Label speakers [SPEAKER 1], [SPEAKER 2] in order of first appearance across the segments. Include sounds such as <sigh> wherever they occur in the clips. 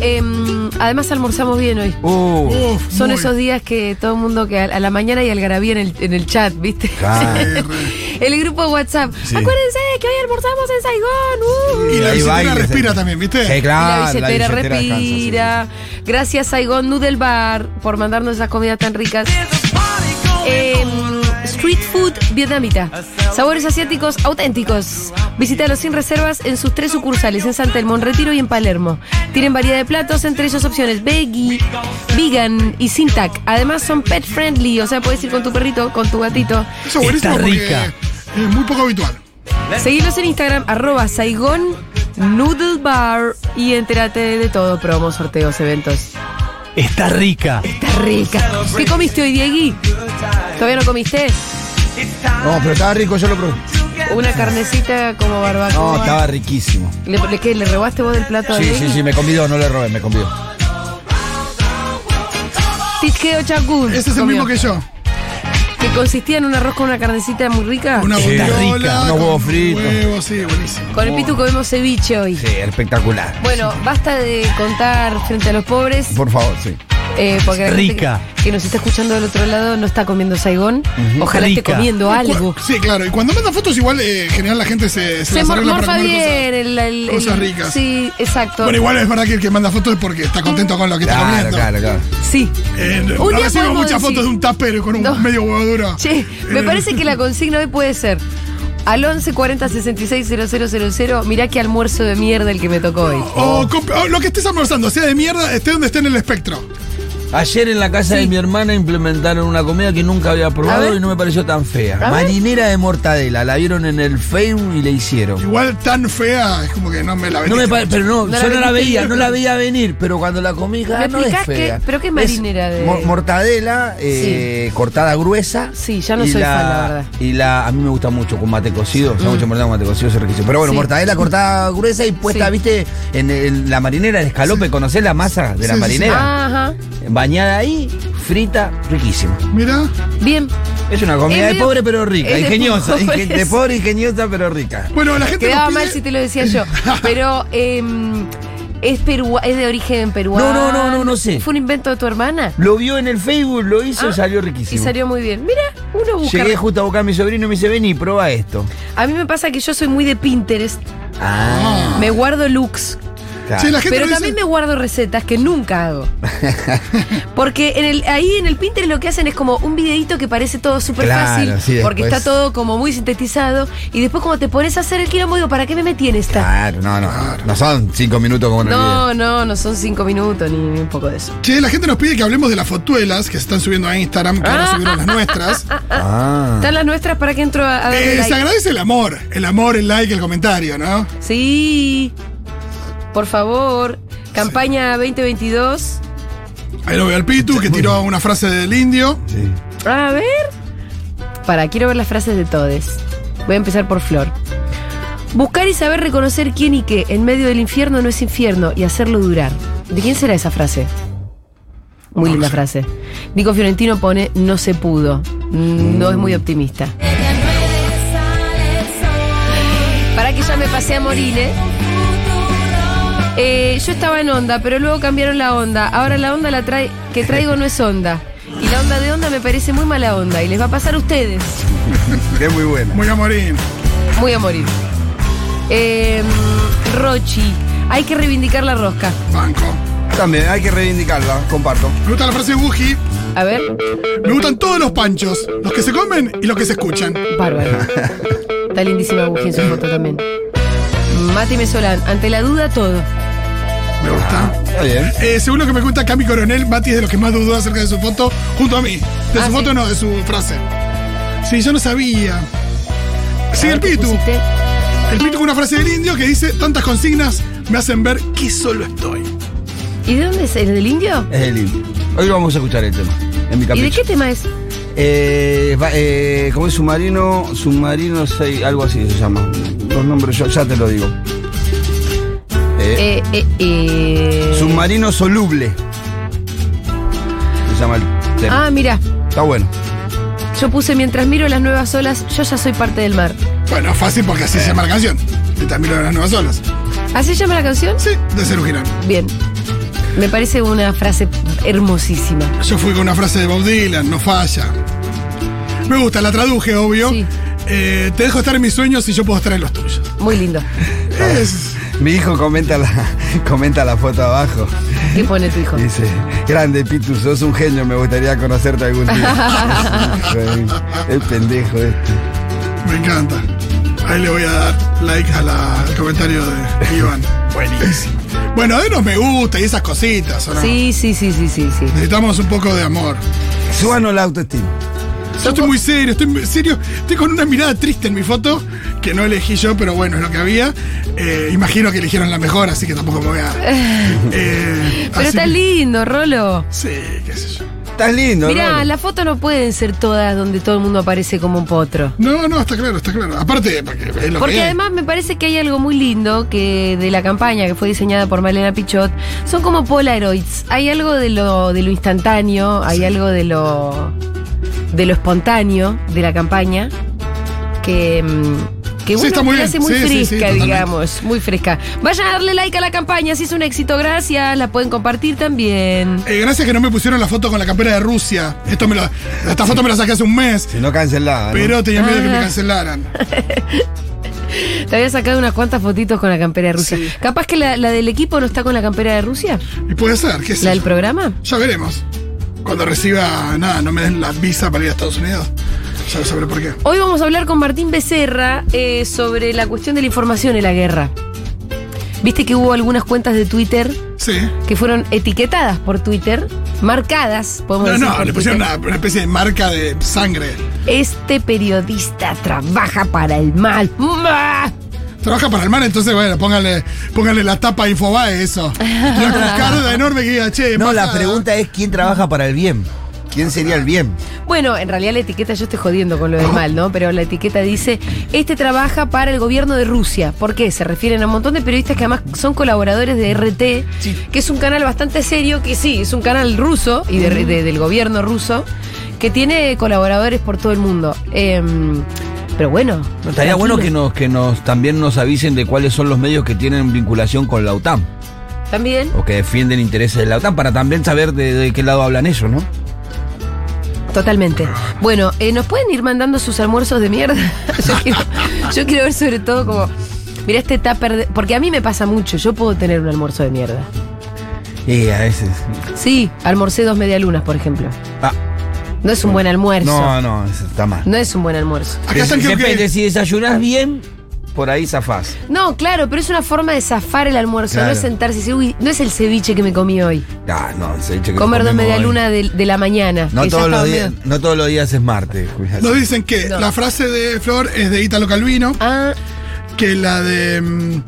[SPEAKER 1] Em, Además almorzamos bien hoy.
[SPEAKER 2] Uh,
[SPEAKER 3] Uf,
[SPEAKER 1] Son
[SPEAKER 3] muy- <laughs>
[SPEAKER 1] esos días que todo el mundo que a a la mañana y algarabía en el, en el chat, ¿viste?
[SPEAKER 2] claro.
[SPEAKER 3] Eh, re-
[SPEAKER 1] <laughs> El grupo de WhatsApp.
[SPEAKER 2] Sí.
[SPEAKER 1] Acuérdense que hoy almorzamos en Saigón. uh".
[SPEAKER 3] Y la
[SPEAKER 2] Hay
[SPEAKER 3] billetera
[SPEAKER 2] bailes,
[SPEAKER 3] respira
[SPEAKER 2] eh.
[SPEAKER 3] también, ¿viste?
[SPEAKER 2] Sí,
[SPEAKER 1] Y
[SPEAKER 2] claro.
[SPEAKER 1] la billetera respira.
[SPEAKER 2] descansa, sí, sí, sí.
[SPEAKER 1] Gracias Saigón Noodle Bar por mandarnos esas comidas tan ricas. Eh, street food vietnamita. Sabores asiáticos auténticos. Visítalos sin reservas en sus tres sucursales, en San Telmo, en Retiro y en Palermo. Tienen variedad de platos, entre ellos opciones veggie, vegan y sin tac. Además son pet friendly, o sea, puedes ir con tu perrito, con tu gatito.
[SPEAKER 3] Eso es
[SPEAKER 2] Está
[SPEAKER 3] buenísimo porque
[SPEAKER 2] rica.
[SPEAKER 3] es muy poco habitual.
[SPEAKER 1] Seguilos en Instagram, arroba Saigón Noodle Bar y entérate de todo, promos, sorteos, eventos.
[SPEAKER 4] Está rica.
[SPEAKER 1] Está rica. ¿Qué comiste hoy, Diegui? ¿Todavía no comiste?
[SPEAKER 2] No, pero estaba rico, yo lo probé.
[SPEAKER 1] Una carnecita como
[SPEAKER 2] No,
[SPEAKER 1] barbacoa.
[SPEAKER 2] estaba riquísimo.
[SPEAKER 1] ¿Le, le- qué, le robaste vos del plato a
[SPEAKER 2] Sí,
[SPEAKER 1] Diegui?
[SPEAKER 2] sí, sí, me convidó, no le robé, me convidó.
[SPEAKER 1] Tisqueo chacún.
[SPEAKER 3] Ese Este es el
[SPEAKER 1] comió.
[SPEAKER 3] mismo que yo.
[SPEAKER 1] Que consistía en un arroz con una carnecita muy rica.
[SPEAKER 3] Una
[SPEAKER 2] Sí. Está
[SPEAKER 3] bondiola
[SPEAKER 2] rica. Unos
[SPEAKER 3] con
[SPEAKER 2] huevos fritos.
[SPEAKER 3] Huevos, sí, buenísimo.
[SPEAKER 1] Con el pitu comemos ceviche hoy.
[SPEAKER 2] Sí, espectacular.
[SPEAKER 1] Bueno, basta de contar frente a los pobres.
[SPEAKER 2] Por favor, sí.
[SPEAKER 1] eh, porque la gente
[SPEAKER 4] Rica.
[SPEAKER 1] que- que nos está escuchando del otro lado no está comiendo saigón. Ojalá esté
[SPEAKER 4] Rica.
[SPEAKER 1] comiendo algo.
[SPEAKER 3] Cu- Sí, claro. Y cuando manda fotos, igual, eh, en general la gente se, se,
[SPEAKER 1] Se
[SPEAKER 3] las
[SPEAKER 1] mor-
[SPEAKER 3] arregla para
[SPEAKER 1] morfa
[SPEAKER 3] comer cosas.
[SPEAKER 1] bien. el- el- el-
[SPEAKER 3] cosas ricas.
[SPEAKER 1] Sí, exacto.
[SPEAKER 3] Bueno, igual es verdad que el que manda fotos es porque está contento con lo que está
[SPEAKER 2] Claro,
[SPEAKER 3] comiendo.
[SPEAKER 2] claro, claro.
[SPEAKER 1] Sí.
[SPEAKER 3] Eh, no
[SPEAKER 1] Un día
[SPEAKER 3] recibo
[SPEAKER 1] podemos decir-
[SPEAKER 3] muchas fotos de un tupper con un
[SPEAKER 1] No.
[SPEAKER 3] medio huevo duro.
[SPEAKER 1] Che, me
[SPEAKER 3] Eh,
[SPEAKER 1] parece que la consigna hoy puede ser. Al 11 40 66 000, mirá qué almuerzo de mierda el que me tocó hoy.
[SPEAKER 3] O, comp- o lo que estés almorzando, sea de mierda, esté donde esté en el espectro.
[SPEAKER 5] Ayer en la casa de mi hermana implementaron una comida que nunca había
[SPEAKER 1] A
[SPEAKER 5] probado
[SPEAKER 1] ver.
[SPEAKER 5] y no me pareció tan fea.
[SPEAKER 1] A ver.
[SPEAKER 5] Marinera de mortadela, la vieron en el Facebook y le hicieron.
[SPEAKER 3] Igual tan fea, es como que no me la
[SPEAKER 5] No me pa- pero
[SPEAKER 1] No
[SPEAKER 5] no,
[SPEAKER 1] la
[SPEAKER 5] yo no la
[SPEAKER 1] vendiste.
[SPEAKER 5] veía, no la veía venir, pero cuando la comí, dije,
[SPEAKER 1] ¿Me
[SPEAKER 5] ah, no es
[SPEAKER 1] explicás
[SPEAKER 5] fea.
[SPEAKER 1] qué- pero qué marinera de-
[SPEAKER 5] mor- mortadela eh, cortada gruesa.
[SPEAKER 1] Sí, ya no
[SPEAKER 5] y
[SPEAKER 1] soy fan, la verdad.
[SPEAKER 5] Y la a mí me gusta mucho con mate cocido, me gusta mortadela con mate cocido, es riquísimo. Pero bueno,
[SPEAKER 1] Sí.
[SPEAKER 5] mortadela cortada gruesa y puesta,
[SPEAKER 1] Sí.
[SPEAKER 5] ¿viste? En, en la marinera, el escalope, ¿conocés la masa de la
[SPEAKER 3] Sí, sí, sí.
[SPEAKER 5] marinera?
[SPEAKER 1] Ajá.
[SPEAKER 5] Bañada ahí, frita, riquísima.
[SPEAKER 3] Mira,
[SPEAKER 1] Bien.
[SPEAKER 5] Es una comida
[SPEAKER 1] Es
[SPEAKER 5] de
[SPEAKER 1] medio-
[SPEAKER 5] pobre pero rica,
[SPEAKER 1] es de
[SPEAKER 5] ingeniosa,
[SPEAKER 1] pobres.
[SPEAKER 5] ingen- de pobre ingeniosa pero rica.
[SPEAKER 3] bueno, la gente
[SPEAKER 1] Quedaba
[SPEAKER 3] nos pide-
[SPEAKER 1] mal si te lo decía yo. Pero eh, es, perua- es de origen peruano.
[SPEAKER 5] No, no, no, no, no sé.
[SPEAKER 1] ¿Fue un invento de tu hermana?
[SPEAKER 5] Lo vio en el Facebook, lo hizo
[SPEAKER 1] Ah,
[SPEAKER 5] y salió
[SPEAKER 1] Y
[SPEAKER 5] riquísimo.
[SPEAKER 1] salió muy bien. Mira, uno busca.
[SPEAKER 5] Llegué justo a buscar a mi sobrino y me dice, vení, prueba esto.
[SPEAKER 1] A mí me pasa que yo soy muy de Pinterest.
[SPEAKER 5] Ah,
[SPEAKER 1] Me guardo looks.
[SPEAKER 5] claro.
[SPEAKER 3] Sí, la gente
[SPEAKER 1] Pero
[SPEAKER 3] nos
[SPEAKER 1] también me
[SPEAKER 3] dice-
[SPEAKER 1] guardo recetas que nunca
[SPEAKER 5] <laughs>
[SPEAKER 1] hago. Porque en el, ahí en el Pinterest lo que hacen es como un videito que parece todo súper
[SPEAKER 5] Claro,
[SPEAKER 1] fácil,
[SPEAKER 5] sí,
[SPEAKER 1] porque
[SPEAKER 5] después-
[SPEAKER 1] está todo como muy sintetizado, y después como te pones a hacer el quilombo, digo, ¿para qué me metí en esta?
[SPEAKER 5] Claro, no, no, no son cinco minutos como en el video.
[SPEAKER 1] No, no, no son cinco minutos ni, ni un poco de eso.
[SPEAKER 3] Che, la gente nos pide que hablemos de las fotuelas que se están subiendo a Instagram, que ahora subieron las nuestras.
[SPEAKER 5] Ah.
[SPEAKER 1] Están las nuestras para que entro <laughs> a, a darle
[SPEAKER 3] Eh,
[SPEAKER 1] like.
[SPEAKER 3] se agradece el amor, el amor, el like, el comentario, ¿no?
[SPEAKER 1] Sí, por favor, campaña 2022.
[SPEAKER 3] Ahí lo veo al Pitu, que tiró una frase del indio.
[SPEAKER 2] Sí.
[SPEAKER 1] A ver. Para, quiero ver las frases de todes. Voy a empezar por Flor. Buscar y saber reconocer quién y qué en medio del infierno no es infierno y hacerlo durar. ¿De quién será esa frase? Muy linda frase. Nico Fiorentino pone no se pudo. Mm, No es muy optimista. Para que ya me pasé a morir, ¿eh? Eh, yo estaba en onda, pero luego cambiaron la onda. Ahora la onda la trae, que traigo no es onda. Y la onda de onda me parece muy mala onda. Y les va a pasar a ustedes.
[SPEAKER 2] Es muy buena.
[SPEAKER 3] Muy amorín.
[SPEAKER 1] Muy a morir. Eh, Rochi, hay que reivindicar la rosca.
[SPEAKER 3] Banco.
[SPEAKER 2] También hay que reivindicarla, comparto.
[SPEAKER 3] Me gusta la frase de Buji.
[SPEAKER 1] A ver,
[SPEAKER 3] Me gustan todos los panchos, los que se comen y los que se escuchan.
[SPEAKER 1] bárbaro. Está lindísima Buji en su foto también. Mati Mesolán, ante la duda todo.
[SPEAKER 3] Me gusta.
[SPEAKER 2] Está bien.
[SPEAKER 3] Eh, según lo que me cuenta Cami Coronel, Mati es de los que más dudó acerca de su foto, junto a mí. De
[SPEAKER 1] Ah, sí.
[SPEAKER 3] su foto no, de su frase. Sí, yo no sabía. Sigue el Pitu.
[SPEAKER 1] Pusiste-
[SPEAKER 3] El Pitu con una frase del indio que dice, tantas consignas me hacen ver que solo estoy.
[SPEAKER 1] ¿Y de dónde es? ¿El del indio?
[SPEAKER 5] Es el himno. Hoy vamos a escuchar el tema, en mi
[SPEAKER 1] ¿Y de
[SPEAKER 5] capricho.
[SPEAKER 1] qué tema es?
[SPEAKER 5] Eh, va- eh, ¿Cómo es submarino? Submarino 6, algo así se llama. Los nombres yo ya te lo digo. Eh,
[SPEAKER 1] Eh, eh, eh.
[SPEAKER 5] Submarino soluble. Se llama el tema.
[SPEAKER 1] Ah, mira,
[SPEAKER 5] Está bueno.
[SPEAKER 1] yo puse mientras miro las nuevas olas, yo ya soy parte del mar.
[SPEAKER 3] Bueno, fácil porque así se llama la canción. Y también lo de las nuevas olas.
[SPEAKER 1] ¿Así llama la canción?
[SPEAKER 3] Sí, de ser un
[SPEAKER 1] Bien. Me parece una frase hermosísima.
[SPEAKER 3] Yo fui con una frase de Bob Dylan, no falla. Me gusta, la traduje, obvio.
[SPEAKER 1] Sí.
[SPEAKER 3] Eh, te dejo estar en mis sueños y yo puedo estar en los tuyos.
[SPEAKER 1] Muy lindo.
[SPEAKER 3] Es-
[SPEAKER 6] Mi hijo comenta la, <laughs> comenta la foto abajo.
[SPEAKER 1] ¿Qué pone tu hijo?
[SPEAKER 6] Dice, grande Pitu, sos un genio, me gustaría conocerte algún día. el pendejo este.
[SPEAKER 3] me encanta. Ahí le voy a dar like a la- al
[SPEAKER 1] <laughs>
[SPEAKER 3] comentario de Iván. Buenísimo. Bueno, denos me gusta y esas cositas, ¿o no?
[SPEAKER 1] Sí, sí, sí, sí, sí, sí.
[SPEAKER 3] Necesitamos un poco de amor.
[SPEAKER 6] Súbanos la autoestima.
[SPEAKER 3] Yo estoy muy serio, estoy muy serio. Estoy con una mirada triste en mi foto, que no elegí yo, pero bueno, es lo que había. Eh, imagino que eligieron la mejor, así que tampoco me
[SPEAKER 1] <laughs>
[SPEAKER 3] voy a. Eh,
[SPEAKER 1] Pero
[SPEAKER 3] así
[SPEAKER 1] está
[SPEAKER 3] que-
[SPEAKER 1] lindo, Rolo.
[SPEAKER 3] Sí, qué sé yo.
[SPEAKER 6] Estás lindo,
[SPEAKER 1] Mirá,
[SPEAKER 6] Rolo.
[SPEAKER 1] las fotos no pueden ser todas donde todo el mundo aparece como un potro.
[SPEAKER 3] No, no, está claro, está claro. Aparte, porque es lo que
[SPEAKER 1] Porque
[SPEAKER 3] hay.
[SPEAKER 1] además me parece que hay algo muy lindo que de la campaña que fue diseñada por Malena Pichot. Son como Polaroids. Hay algo de lo, de lo instantáneo, hay algo de lo, de lo espontáneo de la campaña que, mm, que
[SPEAKER 3] Sí,
[SPEAKER 1] bueno,
[SPEAKER 3] está muy
[SPEAKER 1] que la
[SPEAKER 3] bien.
[SPEAKER 1] hace muy
[SPEAKER 3] Sí, sí, sí,
[SPEAKER 1] fresca,
[SPEAKER 3] totalmente.
[SPEAKER 1] digamos. Muy fresca. Vayan a darle like a la campaña, si es un éxito, gracias. La pueden compartir también.
[SPEAKER 3] Eh, gracias que no me pusieron la foto con la campera de Rusia. Esto me lo- esta foto me la saqué hace un mes,
[SPEAKER 6] Si no cancelada.
[SPEAKER 3] pero tenía miedo de que me
[SPEAKER 1] Ah.
[SPEAKER 3] cancelaran.
[SPEAKER 1] Te había sacado unas cuantas fotitos con la campera de Rusia.
[SPEAKER 3] Sí.
[SPEAKER 1] Capaz que la, la del equipo no está con la campera de Rusia,
[SPEAKER 3] Y puede ser, qué sé
[SPEAKER 1] la del
[SPEAKER 3] yo.
[SPEAKER 1] programa.
[SPEAKER 3] Ya veremos. Cuando reciba, nada, no me den la visa para ir a Estados Unidos. Ya sabré por qué.
[SPEAKER 1] Hoy vamos a hablar con Martín Becerra eh, sobre la cuestión de la información en la guerra. Viste que hubo algunas cuentas de Twitter
[SPEAKER 3] Sí.
[SPEAKER 1] que fueron etiquetadas por Twitter, marcadas, podemos
[SPEAKER 3] No,
[SPEAKER 1] decir.
[SPEAKER 3] no,
[SPEAKER 1] por
[SPEAKER 3] le pusieron
[SPEAKER 1] Twitter.
[SPEAKER 3] una, una especie de marca de sangre.
[SPEAKER 1] Este periodista trabaja para el mal. ¡Mua!
[SPEAKER 3] Trabaja para el mar, entonces, bueno, póngale, póngale la tapa a Infobae, eso. Una
[SPEAKER 1] <laughs>
[SPEAKER 3] carga enorme que diga, che,
[SPEAKER 5] No,
[SPEAKER 3] pasa-
[SPEAKER 5] la pregunta es quién trabaja para el bien.
[SPEAKER 6] ¿Quién sería el bien?
[SPEAKER 1] Bueno, en realidad la etiqueta, yo estoy jodiendo con lo del mal, ¿no? Pero la etiqueta dice, este trabaja para el gobierno de Rusia. ¿Por qué? Se refieren a un montón de periodistas que además son colaboradores de RT, que es un canal bastante serio, que sí, es un canal ruso y de- de- del gobierno ruso, que tiene colaboradores por todo el mundo. Em, pero bueno.
[SPEAKER 5] No, estaría bueno que
[SPEAKER 1] tranquilos.
[SPEAKER 5] nos, que nos también nos avisen de cuáles son los medios que tienen vinculación con la OTAN
[SPEAKER 1] También.
[SPEAKER 5] o que defienden intereses de la OTAN para también saber de, de qué lado hablan ellos, ¿no?
[SPEAKER 1] Totalmente. Bueno, eh, nos pueden ir mandando sus almuerzos de mierda. <laughs> yo, quiero, yo quiero ver sobre todo como. Mira este tupper. de- porque a mí me pasa mucho. Yo puedo tener un almuerzo de mierda.
[SPEAKER 5] Y a veces.
[SPEAKER 1] Sí, almorcé dos medialunas, por ejemplo.
[SPEAKER 5] Ah,
[SPEAKER 1] No es un buen almuerzo. No,
[SPEAKER 6] No, no, eso está mal.
[SPEAKER 1] es un buen almuerzo.
[SPEAKER 3] Acá están, creo
[SPEAKER 5] depende,
[SPEAKER 3] que.
[SPEAKER 5] si desayunás bien,
[SPEAKER 6] Por ahí zafás.
[SPEAKER 1] No, claro, pero es una forma de zafar el almuerzo. No
[SPEAKER 6] Claro.
[SPEAKER 1] es sentarse y decir, uy, no es el ceviche que me comí hoy.
[SPEAKER 6] Ah, no, se ha dicho que
[SPEAKER 1] Comer
[SPEAKER 6] comemos
[SPEAKER 1] dos
[SPEAKER 6] hoy.
[SPEAKER 1] medialunas de, de la mañana.
[SPEAKER 6] No
[SPEAKER 1] que ya
[SPEAKER 6] todos,
[SPEAKER 1] estaba
[SPEAKER 6] los días,
[SPEAKER 1] medio-
[SPEAKER 6] no todos los días es martes. Julián.
[SPEAKER 3] Nos dicen que
[SPEAKER 1] No.
[SPEAKER 3] la frase de Flor es de Ítalo Calvino,
[SPEAKER 1] Ah,
[SPEAKER 3] que la de. mm,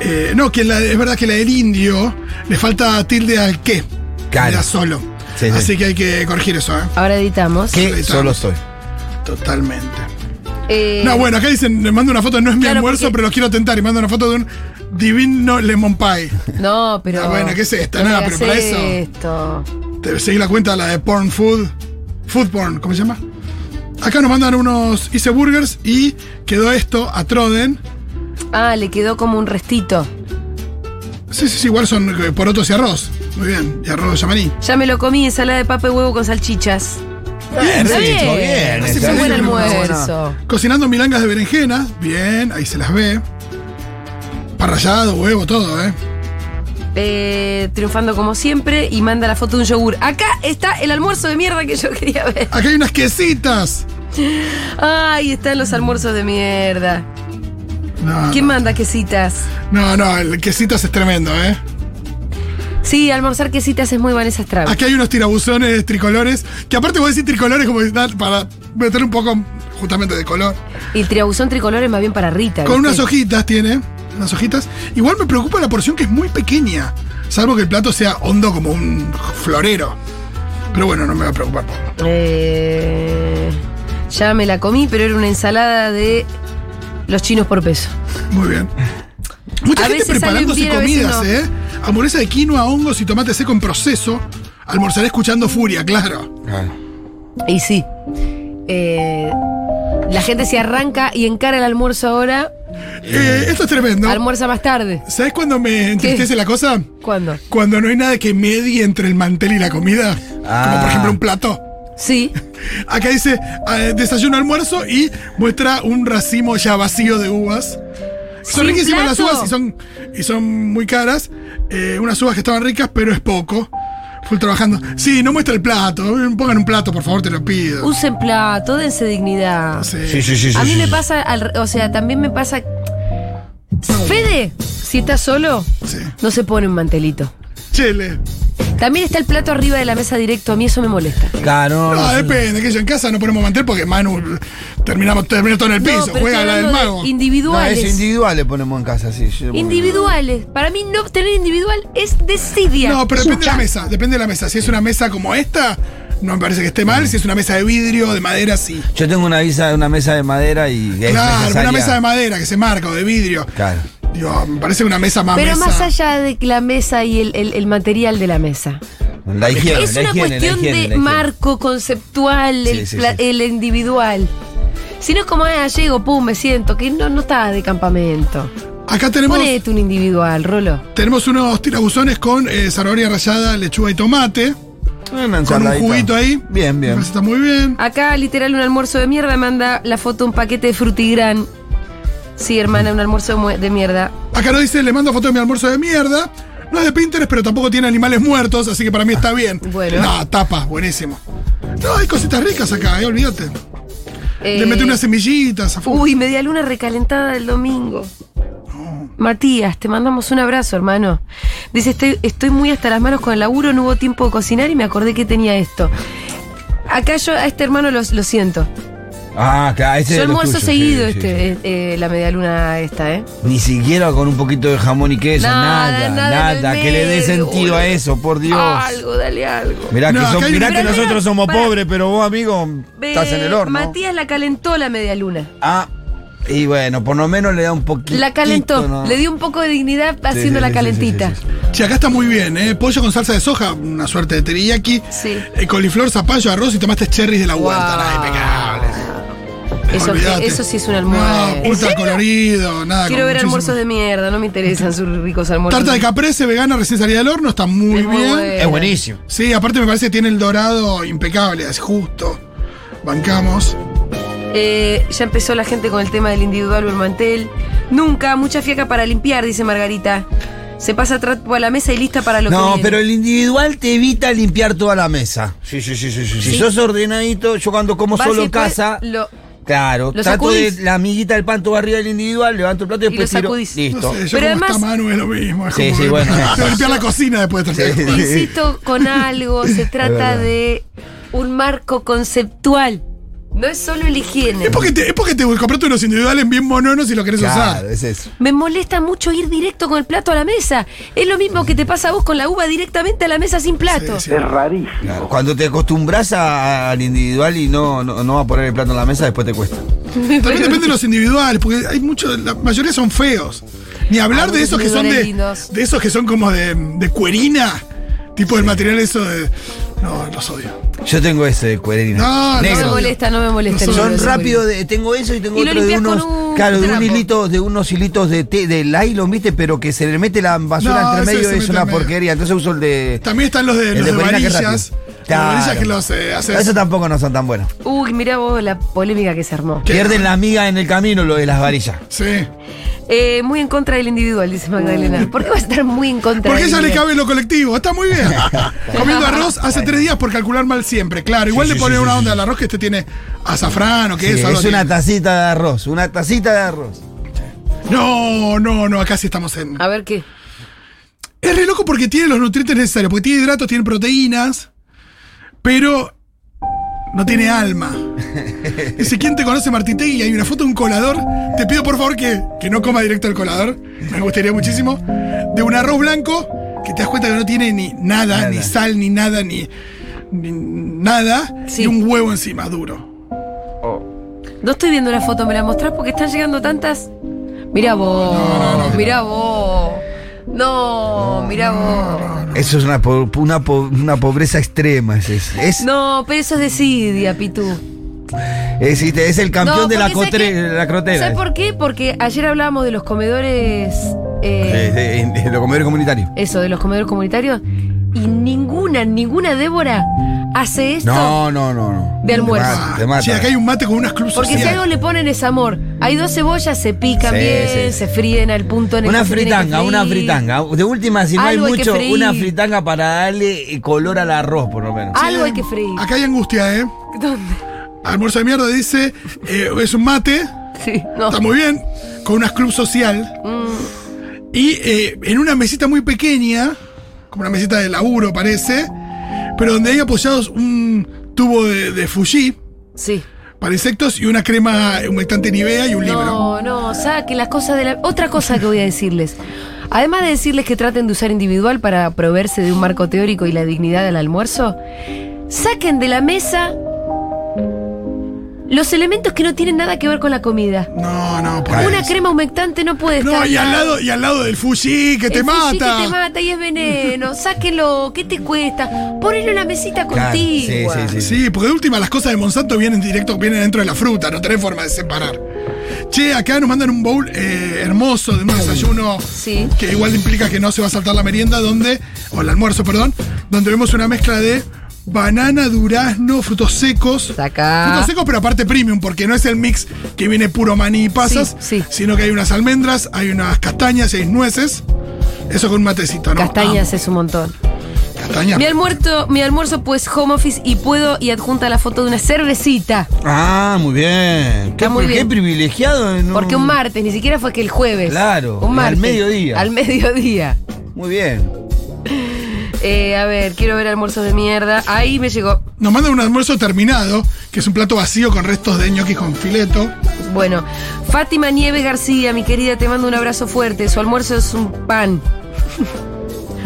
[SPEAKER 3] eh, no, que la de- es verdad que la del indio le falta tilde al qué.
[SPEAKER 6] Claro.
[SPEAKER 3] Era solo.
[SPEAKER 6] Sí, sí.
[SPEAKER 3] Así que hay que corregir eso, ¿eh?
[SPEAKER 1] ahora editamos.
[SPEAKER 6] Que solo soy.
[SPEAKER 3] Totalmente.
[SPEAKER 1] Eh,
[SPEAKER 3] No, bueno, acá dicen, me mando una foto, no es mi
[SPEAKER 1] Claro,
[SPEAKER 3] almuerzo,
[SPEAKER 1] porque-
[SPEAKER 3] pero lo quiero tentar. Y mando una foto de un divino lemon pie.
[SPEAKER 1] No, pero.
[SPEAKER 3] Ah, bueno, ¿qué es esto?
[SPEAKER 1] no
[SPEAKER 3] Nada,
[SPEAKER 1] me
[SPEAKER 3] pero para
[SPEAKER 1] hagas
[SPEAKER 3] eso.
[SPEAKER 1] esto.
[SPEAKER 3] Te seguí la cuenta, la de Porn Food. Food Porn, ¿cómo se llama? Acá nos mandan unos hice burgers y quedó esto a Troden.
[SPEAKER 1] Ah, le quedó como un restito.
[SPEAKER 3] Sí, sí, sí, igual son eh, porotos y arroz. Muy bien, y arroz yamaní.
[SPEAKER 1] Ya me lo comí, ensalada de papa y huevo con salchichas.
[SPEAKER 6] Bien,
[SPEAKER 1] Está
[SPEAKER 6] rico,
[SPEAKER 1] bien.
[SPEAKER 6] bien.
[SPEAKER 1] Así
[SPEAKER 6] está
[SPEAKER 1] fue un buen
[SPEAKER 6] bien.
[SPEAKER 1] almuerzo.
[SPEAKER 3] Cocinando milangas de berenjena. Bien, ahí se las ve. Parrallado, huevo, todo, ¿eh?
[SPEAKER 1] Eh, triunfando como siempre y manda la foto de un yogur. Acá está el almuerzo de mierda que yo quería ver.
[SPEAKER 3] Acá hay unas quesitas.
[SPEAKER 1] Ay, están los almuerzos de mierda.
[SPEAKER 3] No,
[SPEAKER 1] ¿Quién manda quesitas?
[SPEAKER 3] no, no, el quesitas es tremendo, ¿eh?
[SPEAKER 1] Sí, almorzar quesitas es muy Vanessa Strauss.
[SPEAKER 3] Aquí hay unos tirabuzones tricolores. Que aparte vos decís tricolores como que dan para meter un poco justamente de color.
[SPEAKER 1] Y el triabuzón tricolor es más bien para Rita.
[SPEAKER 3] Con unas
[SPEAKER 1] ¿viste?
[SPEAKER 3] hojitas tiene, unas hojitas. Igual me preocupa la porción que es muy pequeña, salvo que el plato sea hondo como un florero. Pero bueno, no me va a preocupar.
[SPEAKER 1] Eh, ya me la comí, pero era una ensalada de los chinos por peso.
[SPEAKER 3] Muy bien. Mucha
[SPEAKER 1] A
[SPEAKER 3] gente
[SPEAKER 1] veces
[SPEAKER 3] preparándose
[SPEAKER 1] salen bien, a
[SPEAKER 3] comidas, ¿eh? Hamburguesa de quinoa, hongos y tomate seco en proceso. Almorzaré escuchando Furia, claro.
[SPEAKER 5] Ah.
[SPEAKER 6] Claro.
[SPEAKER 1] Y sí. Eh, la gente se arranca y encara el almuerzo ahora.
[SPEAKER 3] Eh, esto es tremendo.
[SPEAKER 1] Almuerza más tarde.
[SPEAKER 3] ¿Sabes cuándo me entristece la cosa?
[SPEAKER 1] ¿Cuándo?
[SPEAKER 3] Cuando no hay nada que medie entre el mantel y la comida. Como por ejemplo un plato.
[SPEAKER 1] Sí.
[SPEAKER 3] Acá dice eh, desayuno, almuerzo y muestra un racimo ya vacío de uvas. Son
[SPEAKER 1] Sin
[SPEAKER 3] riquísimas las
[SPEAKER 1] plato.
[SPEAKER 3] uvas y son, y son muy caras. Eh, unas uvas que estaban ricas, pero es poco. Full trabajando. Sí, no muestra el plato. Pongan un plato, por favor, te lo pido.
[SPEAKER 1] Usen plato, dense dignidad.
[SPEAKER 3] Sí.
[SPEAKER 1] A mí me pasa, al- o sea, también me pasa. Fede, si está solo,
[SPEAKER 3] Sí.
[SPEAKER 1] no se pone un mantelito.
[SPEAKER 3] Chele.
[SPEAKER 1] También está el plato arriba de la mesa directo, a mí eso me molesta.
[SPEAKER 5] Claro,
[SPEAKER 3] No,
[SPEAKER 5] no, no,
[SPEAKER 3] depende, que yo en casa no ponemos mantel porque Manu terminamos, termina todo en el
[SPEAKER 1] No,
[SPEAKER 3] piso,
[SPEAKER 1] pero
[SPEAKER 3] juega
[SPEAKER 1] estoy
[SPEAKER 3] la del
[SPEAKER 1] hablando de
[SPEAKER 3] mago.
[SPEAKER 2] No,
[SPEAKER 1] Individuales.
[SPEAKER 2] es individual le ponemos en casa, sí. yo-
[SPEAKER 1] Individuales. Para mí no tener individual es desidia.
[SPEAKER 3] No, pero depende de la
[SPEAKER 1] Chucha.
[SPEAKER 3] mesa, depende de la mesa. Si es una mesa como esta, no me parece que esté mal. Si es una mesa de vidrio, de madera, sí.
[SPEAKER 5] Yo tengo una visa, una mesa de madera y es
[SPEAKER 3] Claro,
[SPEAKER 5] necesaria.
[SPEAKER 3] una mesa de madera que se marca o de vidrio.
[SPEAKER 5] Claro.
[SPEAKER 3] Digo, me parece una mesa más
[SPEAKER 1] Pero
[SPEAKER 3] mesa.
[SPEAKER 1] más allá de que la mesa y el, el- el material de la mesa.
[SPEAKER 5] La higiene,
[SPEAKER 1] es
[SPEAKER 5] la
[SPEAKER 1] una
[SPEAKER 5] higiene, la
[SPEAKER 1] cuestión
[SPEAKER 5] higiene, la
[SPEAKER 1] de
[SPEAKER 5] higiene.
[SPEAKER 1] marco conceptual,
[SPEAKER 5] Sí,
[SPEAKER 1] el,
[SPEAKER 5] sí,
[SPEAKER 1] pla-
[SPEAKER 5] sí.
[SPEAKER 1] el individual. Si no es como, ah, llego, pum, me siento, que no, no está de campamento.
[SPEAKER 3] Acá tenemos,
[SPEAKER 1] Ponete un individual, Rolo.
[SPEAKER 3] tenemos unos tirabuzones con eh, zanahoria rallada, lechuga y tomate.
[SPEAKER 2] Una
[SPEAKER 3] Con un
[SPEAKER 2] ensaladita.
[SPEAKER 3] juguito ahí.
[SPEAKER 2] Bien,
[SPEAKER 3] Me
[SPEAKER 2] bien.
[SPEAKER 3] parece que está muy bien.
[SPEAKER 1] Acá, literal, un almuerzo de mierda manda la foto un paquete de frutigran. Sí, hermana, un almuerzo de mue- de mierda.
[SPEAKER 3] Acá nos dice, le mando foto de mi almuerzo de mierda. No es de Pinterest, pero tampoco tiene animales muertos, así que para mí está bien.
[SPEAKER 1] Bueno.
[SPEAKER 3] No, tapa, buenísimo. No, hay cositas ricas acá, eh, olvídate.
[SPEAKER 1] Eh,
[SPEAKER 3] Le metí unas semillitas a full.
[SPEAKER 1] Uy, media luna recalentada del domingo. Matías, te mandamos un abrazo, hermano. Dice, estoy, estoy muy hasta las manos con el laburo, no hubo tiempo de cocinar y me acordé que tenía esto. Acá yo a este hermano los- lo, siento.
[SPEAKER 5] Ah, claro, este
[SPEAKER 1] yo
[SPEAKER 5] es lo
[SPEAKER 1] almuerzo
[SPEAKER 5] tuyo,
[SPEAKER 1] seguido
[SPEAKER 5] sí, sí,
[SPEAKER 1] este,
[SPEAKER 5] sí.
[SPEAKER 1] eh, eh, la media luna esta, ¿eh?
[SPEAKER 5] Ni siquiera con un poquito de jamón y queso,
[SPEAKER 1] Nada,
[SPEAKER 5] nada,
[SPEAKER 1] nada
[SPEAKER 5] nada,
[SPEAKER 1] en el
[SPEAKER 5] que le dé
[SPEAKER 1] medio,
[SPEAKER 5] sentido
[SPEAKER 1] boludo.
[SPEAKER 5] a eso, por Dios.
[SPEAKER 1] Algo, dale algo.
[SPEAKER 5] Mirá
[SPEAKER 3] No,
[SPEAKER 5] que,
[SPEAKER 3] acá
[SPEAKER 5] son-
[SPEAKER 3] hay-
[SPEAKER 5] mirá
[SPEAKER 3] pero
[SPEAKER 5] que
[SPEAKER 1] espera,
[SPEAKER 5] nosotros somos
[SPEAKER 1] pará.
[SPEAKER 5] pobres, pero vos, amigo,
[SPEAKER 1] Ve,
[SPEAKER 5] estás en el horno.
[SPEAKER 1] Matías la calentó la media luna.
[SPEAKER 5] Ah, y bueno, por lo menos le da un poquito.
[SPEAKER 1] La calentó,
[SPEAKER 5] ¿no?
[SPEAKER 1] le dio un poco de dignidad haciendo
[SPEAKER 5] sí,
[SPEAKER 1] la
[SPEAKER 5] sí,
[SPEAKER 1] calentita.
[SPEAKER 5] sí, sí,
[SPEAKER 3] Che, acá está muy bien, ¿eh? Pollo con salsa de soja, una suerte de teriyaki.
[SPEAKER 1] Sí.
[SPEAKER 3] Eh, coliflor, zapallo, arroz y tomates cherries de la huerta.
[SPEAKER 1] Guau.
[SPEAKER 3] Nada, impecables.
[SPEAKER 1] Eso,
[SPEAKER 3] Olvídate.
[SPEAKER 1] eso sí es un
[SPEAKER 3] No,
[SPEAKER 1] almuerzo.
[SPEAKER 3] ultra colorido, nada.
[SPEAKER 1] Quiero
[SPEAKER 3] con
[SPEAKER 1] ver
[SPEAKER 3] muchísimo-
[SPEAKER 1] almuerzos de mierda, no me interesan sus ricos almuerzos.
[SPEAKER 3] Tarta de caprese vegana recién salida del horno, está muy
[SPEAKER 1] Es muy
[SPEAKER 3] bien.
[SPEAKER 1] buena.
[SPEAKER 5] Es buenísimo.
[SPEAKER 3] Sí, aparte me parece que tiene el dorado impecable, es justo. Bancamos.
[SPEAKER 1] Eh, ya empezó la gente con el tema del individual o el mantel. Nunca, mucha fiaca para limpiar, dice Margarita. Se pasa trapo a la mesa y lista para lo que
[SPEAKER 5] No,
[SPEAKER 1] viene.
[SPEAKER 5] pero el individual te evita limpiar toda la mesa.
[SPEAKER 2] Sí, sí, sí, sí, sí.
[SPEAKER 5] Si
[SPEAKER 2] sí.
[SPEAKER 5] sos ordenadito, yo cuando como
[SPEAKER 1] Vas y
[SPEAKER 5] solo en
[SPEAKER 1] después
[SPEAKER 5] casa. <laughs>
[SPEAKER 1] lo-
[SPEAKER 5] Claro,
[SPEAKER 1] ¿Lo
[SPEAKER 5] trato
[SPEAKER 1] sacudís?
[SPEAKER 5] de la amiguita del panto arriba del individual, levanto el plato y
[SPEAKER 1] Y lo
[SPEAKER 5] después tiro.
[SPEAKER 1] sacudís.
[SPEAKER 5] Listo.
[SPEAKER 3] No sé, yo
[SPEAKER 1] Pero
[SPEAKER 3] como
[SPEAKER 1] además-
[SPEAKER 3] está Manu es lo mismo. es
[SPEAKER 5] Sí,
[SPEAKER 3] como
[SPEAKER 5] sí,
[SPEAKER 3] que-
[SPEAKER 5] bueno.
[SPEAKER 3] Se va a limpiar la cocina después
[SPEAKER 5] <laughs>
[SPEAKER 3] de tratar.
[SPEAKER 1] Insisto con algo, se trata de un marco conceptual. No es solo el higiene.
[SPEAKER 3] Es porque te, es porque te compraste unos individuales bien mononos y lo querés
[SPEAKER 2] Claro,
[SPEAKER 3] usar.
[SPEAKER 2] es eso.
[SPEAKER 1] Me molesta mucho ir directo con el plato a la mesa. Es lo mismo que te pasa a vos con la uva directamente a la mesa sin plato. <laughs>
[SPEAKER 3] Sí, sí.
[SPEAKER 5] Claro, Cuando te acostumbras a- al individual y no, no, no va a poner el plato en la mesa, después te cuesta.
[SPEAKER 3] También depende de los individuales, porque hay muchos, la mayoría son feos. Ni hablar de
[SPEAKER 1] Algunos
[SPEAKER 3] esos que son de,
[SPEAKER 1] individuales lindos.
[SPEAKER 3] de esos que son como de, de cuerina, tipo del material eso de. No, los odio.
[SPEAKER 5] Yo tengo ese de cuerina.
[SPEAKER 3] No, no,
[SPEAKER 1] No me
[SPEAKER 5] negro.
[SPEAKER 1] molesta, no me molesta. el
[SPEAKER 5] Son
[SPEAKER 1] olor de
[SPEAKER 5] rápido, de- tengo eso y tengo
[SPEAKER 1] Y lo
[SPEAKER 5] otro de
[SPEAKER 1] limpias
[SPEAKER 5] unos,
[SPEAKER 1] con un
[SPEAKER 5] claro, de, un
[SPEAKER 1] trapo.
[SPEAKER 5] hilito, de unos hilitos de, té- de nylon, ¿viste? Pero que se le mete la basura
[SPEAKER 3] No, ese
[SPEAKER 5] entre medio
[SPEAKER 3] se
[SPEAKER 5] es
[SPEAKER 3] mete
[SPEAKER 5] una
[SPEAKER 3] en medio.
[SPEAKER 5] porquería. Entonces uso el de...
[SPEAKER 3] También están los de,
[SPEAKER 5] el
[SPEAKER 3] los de
[SPEAKER 5] cuerina que es rápido.
[SPEAKER 3] varillas. Los de varillas
[SPEAKER 5] Claro.
[SPEAKER 3] que los eh, haces.
[SPEAKER 5] Esos tampoco no son tan buenos.
[SPEAKER 1] Uy, mirá vos la polémica que se armó.
[SPEAKER 3] ¿Qué?
[SPEAKER 5] Pierden la amiga en el camino, lo de las varillas.
[SPEAKER 3] Sí.
[SPEAKER 1] Eh, muy en contra del individual, dice Magdalena. ¿Por qué va a estar muy en contra
[SPEAKER 3] Porque
[SPEAKER 1] del
[SPEAKER 3] ella le
[SPEAKER 1] individual?
[SPEAKER 3] cabe lo colectivo, está
[SPEAKER 1] <laughs>
[SPEAKER 3] muy bien. Comiendo arroz hace tres días por calcular mal siempre, claro. Igual le pone una onda al arroz que este tiene azafrán o que
[SPEAKER 5] Sí,
[SPEAKER 3] eso. algo
[SPEAKER 5] es una
[SPEAKER 3] tiene.
[SPEAKER 5] tacita de arroz, una tacita de arroz.
[SPEAKER 3] No, no, no, acá sí estamos en.
[SPEAKER 1] A ver qué.
[SPEAKER 3] Es re loco porque tiene los nutrientes necesarios, porque tiene hidratos, tiene proteínas, pero no
[SPEAKER 5] <laughs>
[SPEAKER 3] tiene alma. Dice, ¿quién te conoce Martitegui? Y hay una foto de un colador. Te pido por favor que, que no coma directo el colador. <laughs> Me gustaría muchísimo. De un arroz blanco que te das cuenta que no tiene ni nada,
[SPEAKER 5] Nada.
[SPEAKER 3] ni sal, ni nada, ni, ni nada.
[SPEAKER 1] Sí.
[SPEAKER 3] Y un huevo encima, duro.
[SPEAKER 1] No estoy viendo la foto, ¿me la mostrás? Porque están llegando tantas. Mirá vos, mirá vos. No, mirá vos.
[SPEAKER 5] Eso es una, po- una, po- una pobreza extrema, es, es, es-
[SPEAKER 1] No, pero eso es desidia, Pitu.
[SPEAKER 5] Es, es el campeón
[SPEAKER 1] No,
[SPEAKER 5] de la,
[SPEAKER 1] porque sé
[SPEAKER 5] cotre-
[SPEAKER 1] que-
[SPEAKER 5] la crotera.
[SPEAKER 1] ¿Sabes por qué? Porque ayer hablábamos de los comedores. eh,
[SPEAKER 5] Eh, eh, en- en los comedores comunitarios.
[SPEAKER 1] Eso, de los comedores comunitarios. Y ninguna, ninguna Débora hace esto.
[SPEAKER 5] No, no, no, no.
[SPEAKER 1] De almuerzo.
[SPEAKER 5] Te mata, te mata.
[SPEAKER 3] Sí, Ah, acá hay un mate con unas cruces.
[SPEAKER 1] Porque si algo le ponen es amor. Hay dos cebollas, se pican
[SPEAKER 5] Sí,
[SPEAKER 1] bien,
[SPEAKER 5] sí, sí.
[SPEAKER 1] se fríen al punto en el
[SPEAKER 5] Una
[SPEAKER 1] que se tiene que
[SPEAKER 5] fritanga, una
[SPEAKER 1] freír.
[SPEAKER 5] fritanga. De última, si no hay
[SPEAKER 1] Algo hay que
[SPEAKER 5] mucho,
[SPEAKER 1] freír.
[SPEAKER 5] una fritanga para darle color al arroz, por lo menos.
[SPEAKER 1] Algo hay que freír.
[SPEAKER 3] Acá hay angustia, ¿eh?
[SPEAKER 1] ¿Dónde?
[SPEAKER 3] Almuerzo de mierda dice, eh, es un mate,
[SPEAKER 1] Sí, no.
[SPEAKER 3] está muy bien, con unas club social.
[SPEAKER 1] Mm.
[SPEAKER 3] Y eh, en una mesita muy pequeña, como una mesita de laburo parece, pero donde hay apoyados un tubo de, de Fuji
[SPEAKER 1] Sí.
[SPEAKER 3] para insectos y una crema humectante Nivea y un libro.
[SPEAKER 1] No, no, saquen las cosas de la. Otra cosa que voy a decirles. Además de decirles que traten de usar individual para proveerse de un marco teórico y la dignidad del almuerzo, saquen de la mesa los elementos que no tienen nada que ver con la comida.
[SPEAKER 3] No, no, por
[SPEAKER 1] Una
[SPEAKER 3] ahí.
[SPEAKER 1] crema humectante no puede estar.
[SPEAKER 3] Ah, No, y al
[SPEAKER 1] nada.
[SPEAKER 3] lado, y al lado del Fuji que te
[SPEAKER 1] El sushi
[SPEAKER 3] mata.
[SPEAKER 1] que te mata y es
[SPEAKER 3] <laughs>
[SPEAKER 1] veneno. Sáquelo, ¿qué te cuesta? Ponelo en la mesita
[SPEAKER 5] Claro, sí,
[SPEAKER 1] contigo.
[SPEAKER 5] sí, sí.
[SPEAKER 3] Sí, porque de última las cosas de Monsanto vienen directo, vienen dentro de la fruta, no tenés forma de separar. Che, acá nos mandan un bowl eh, hermoso de un desayuno
[SPEAKER 1] Sí.
[SPEAKER 3] que igual implica que no se va a saltar la merienda, donde, o el almuerzo, perdón, donde vemos una mezcla de banana, durazno, frutos secos.
[SPEAKER 1] Sacá.
[SPEAKER 3] Frutos secos, pero aparte premium, porque no es el mix que viene puro maní y pasas,
[SPEAKER 1] Sí, sí.
[SPEAKER 3] sino que hay unas almendras, hay unas castañas, hay nueces. Eso con un matecito, ¿no?
[SPEAKER 1] Castañas es un montón.
[SPEAKER 3] Ah, castañas.
[SPEAKER 1] Mi almuerzo, mi almuerzo pues home office y puedo y adjunta la foto de una cervecita.
[SPEAKER 5] Ah, muy bien. Qué,
[SPEAKER 1] Está muy
[SPEAKER 5] qué
[SPEAKER 1] bien.
[SPEAKER 5] privilegiado. en un-
[SPEAKER 1] Porque un martes, ni siquiera fue que el jueves.
[SPEAKER 5] Claro,
[SPEAKER 1] Un
[SPEAKER 5] al
[SPEAKER 1] martes.
[SPEAKER 5] mediodía.
[SPEAKER 1] Al mediodía.
[SPEAKER 5] Muy bien.
[SPEAKER 1] Eh, a ver, quiero ver almuerzos de mierda. Ahí me llegó.
[SPEAKER 3] Nos mandan un almuerzo terminado, que es un plato vacío con restos de ñoquis con fileto.
[SPEAKER 1] Bueno, Fátima Nieves García, mi querida, te mando un abrazo fuerte. Su almuerzo es un pan. <laughs>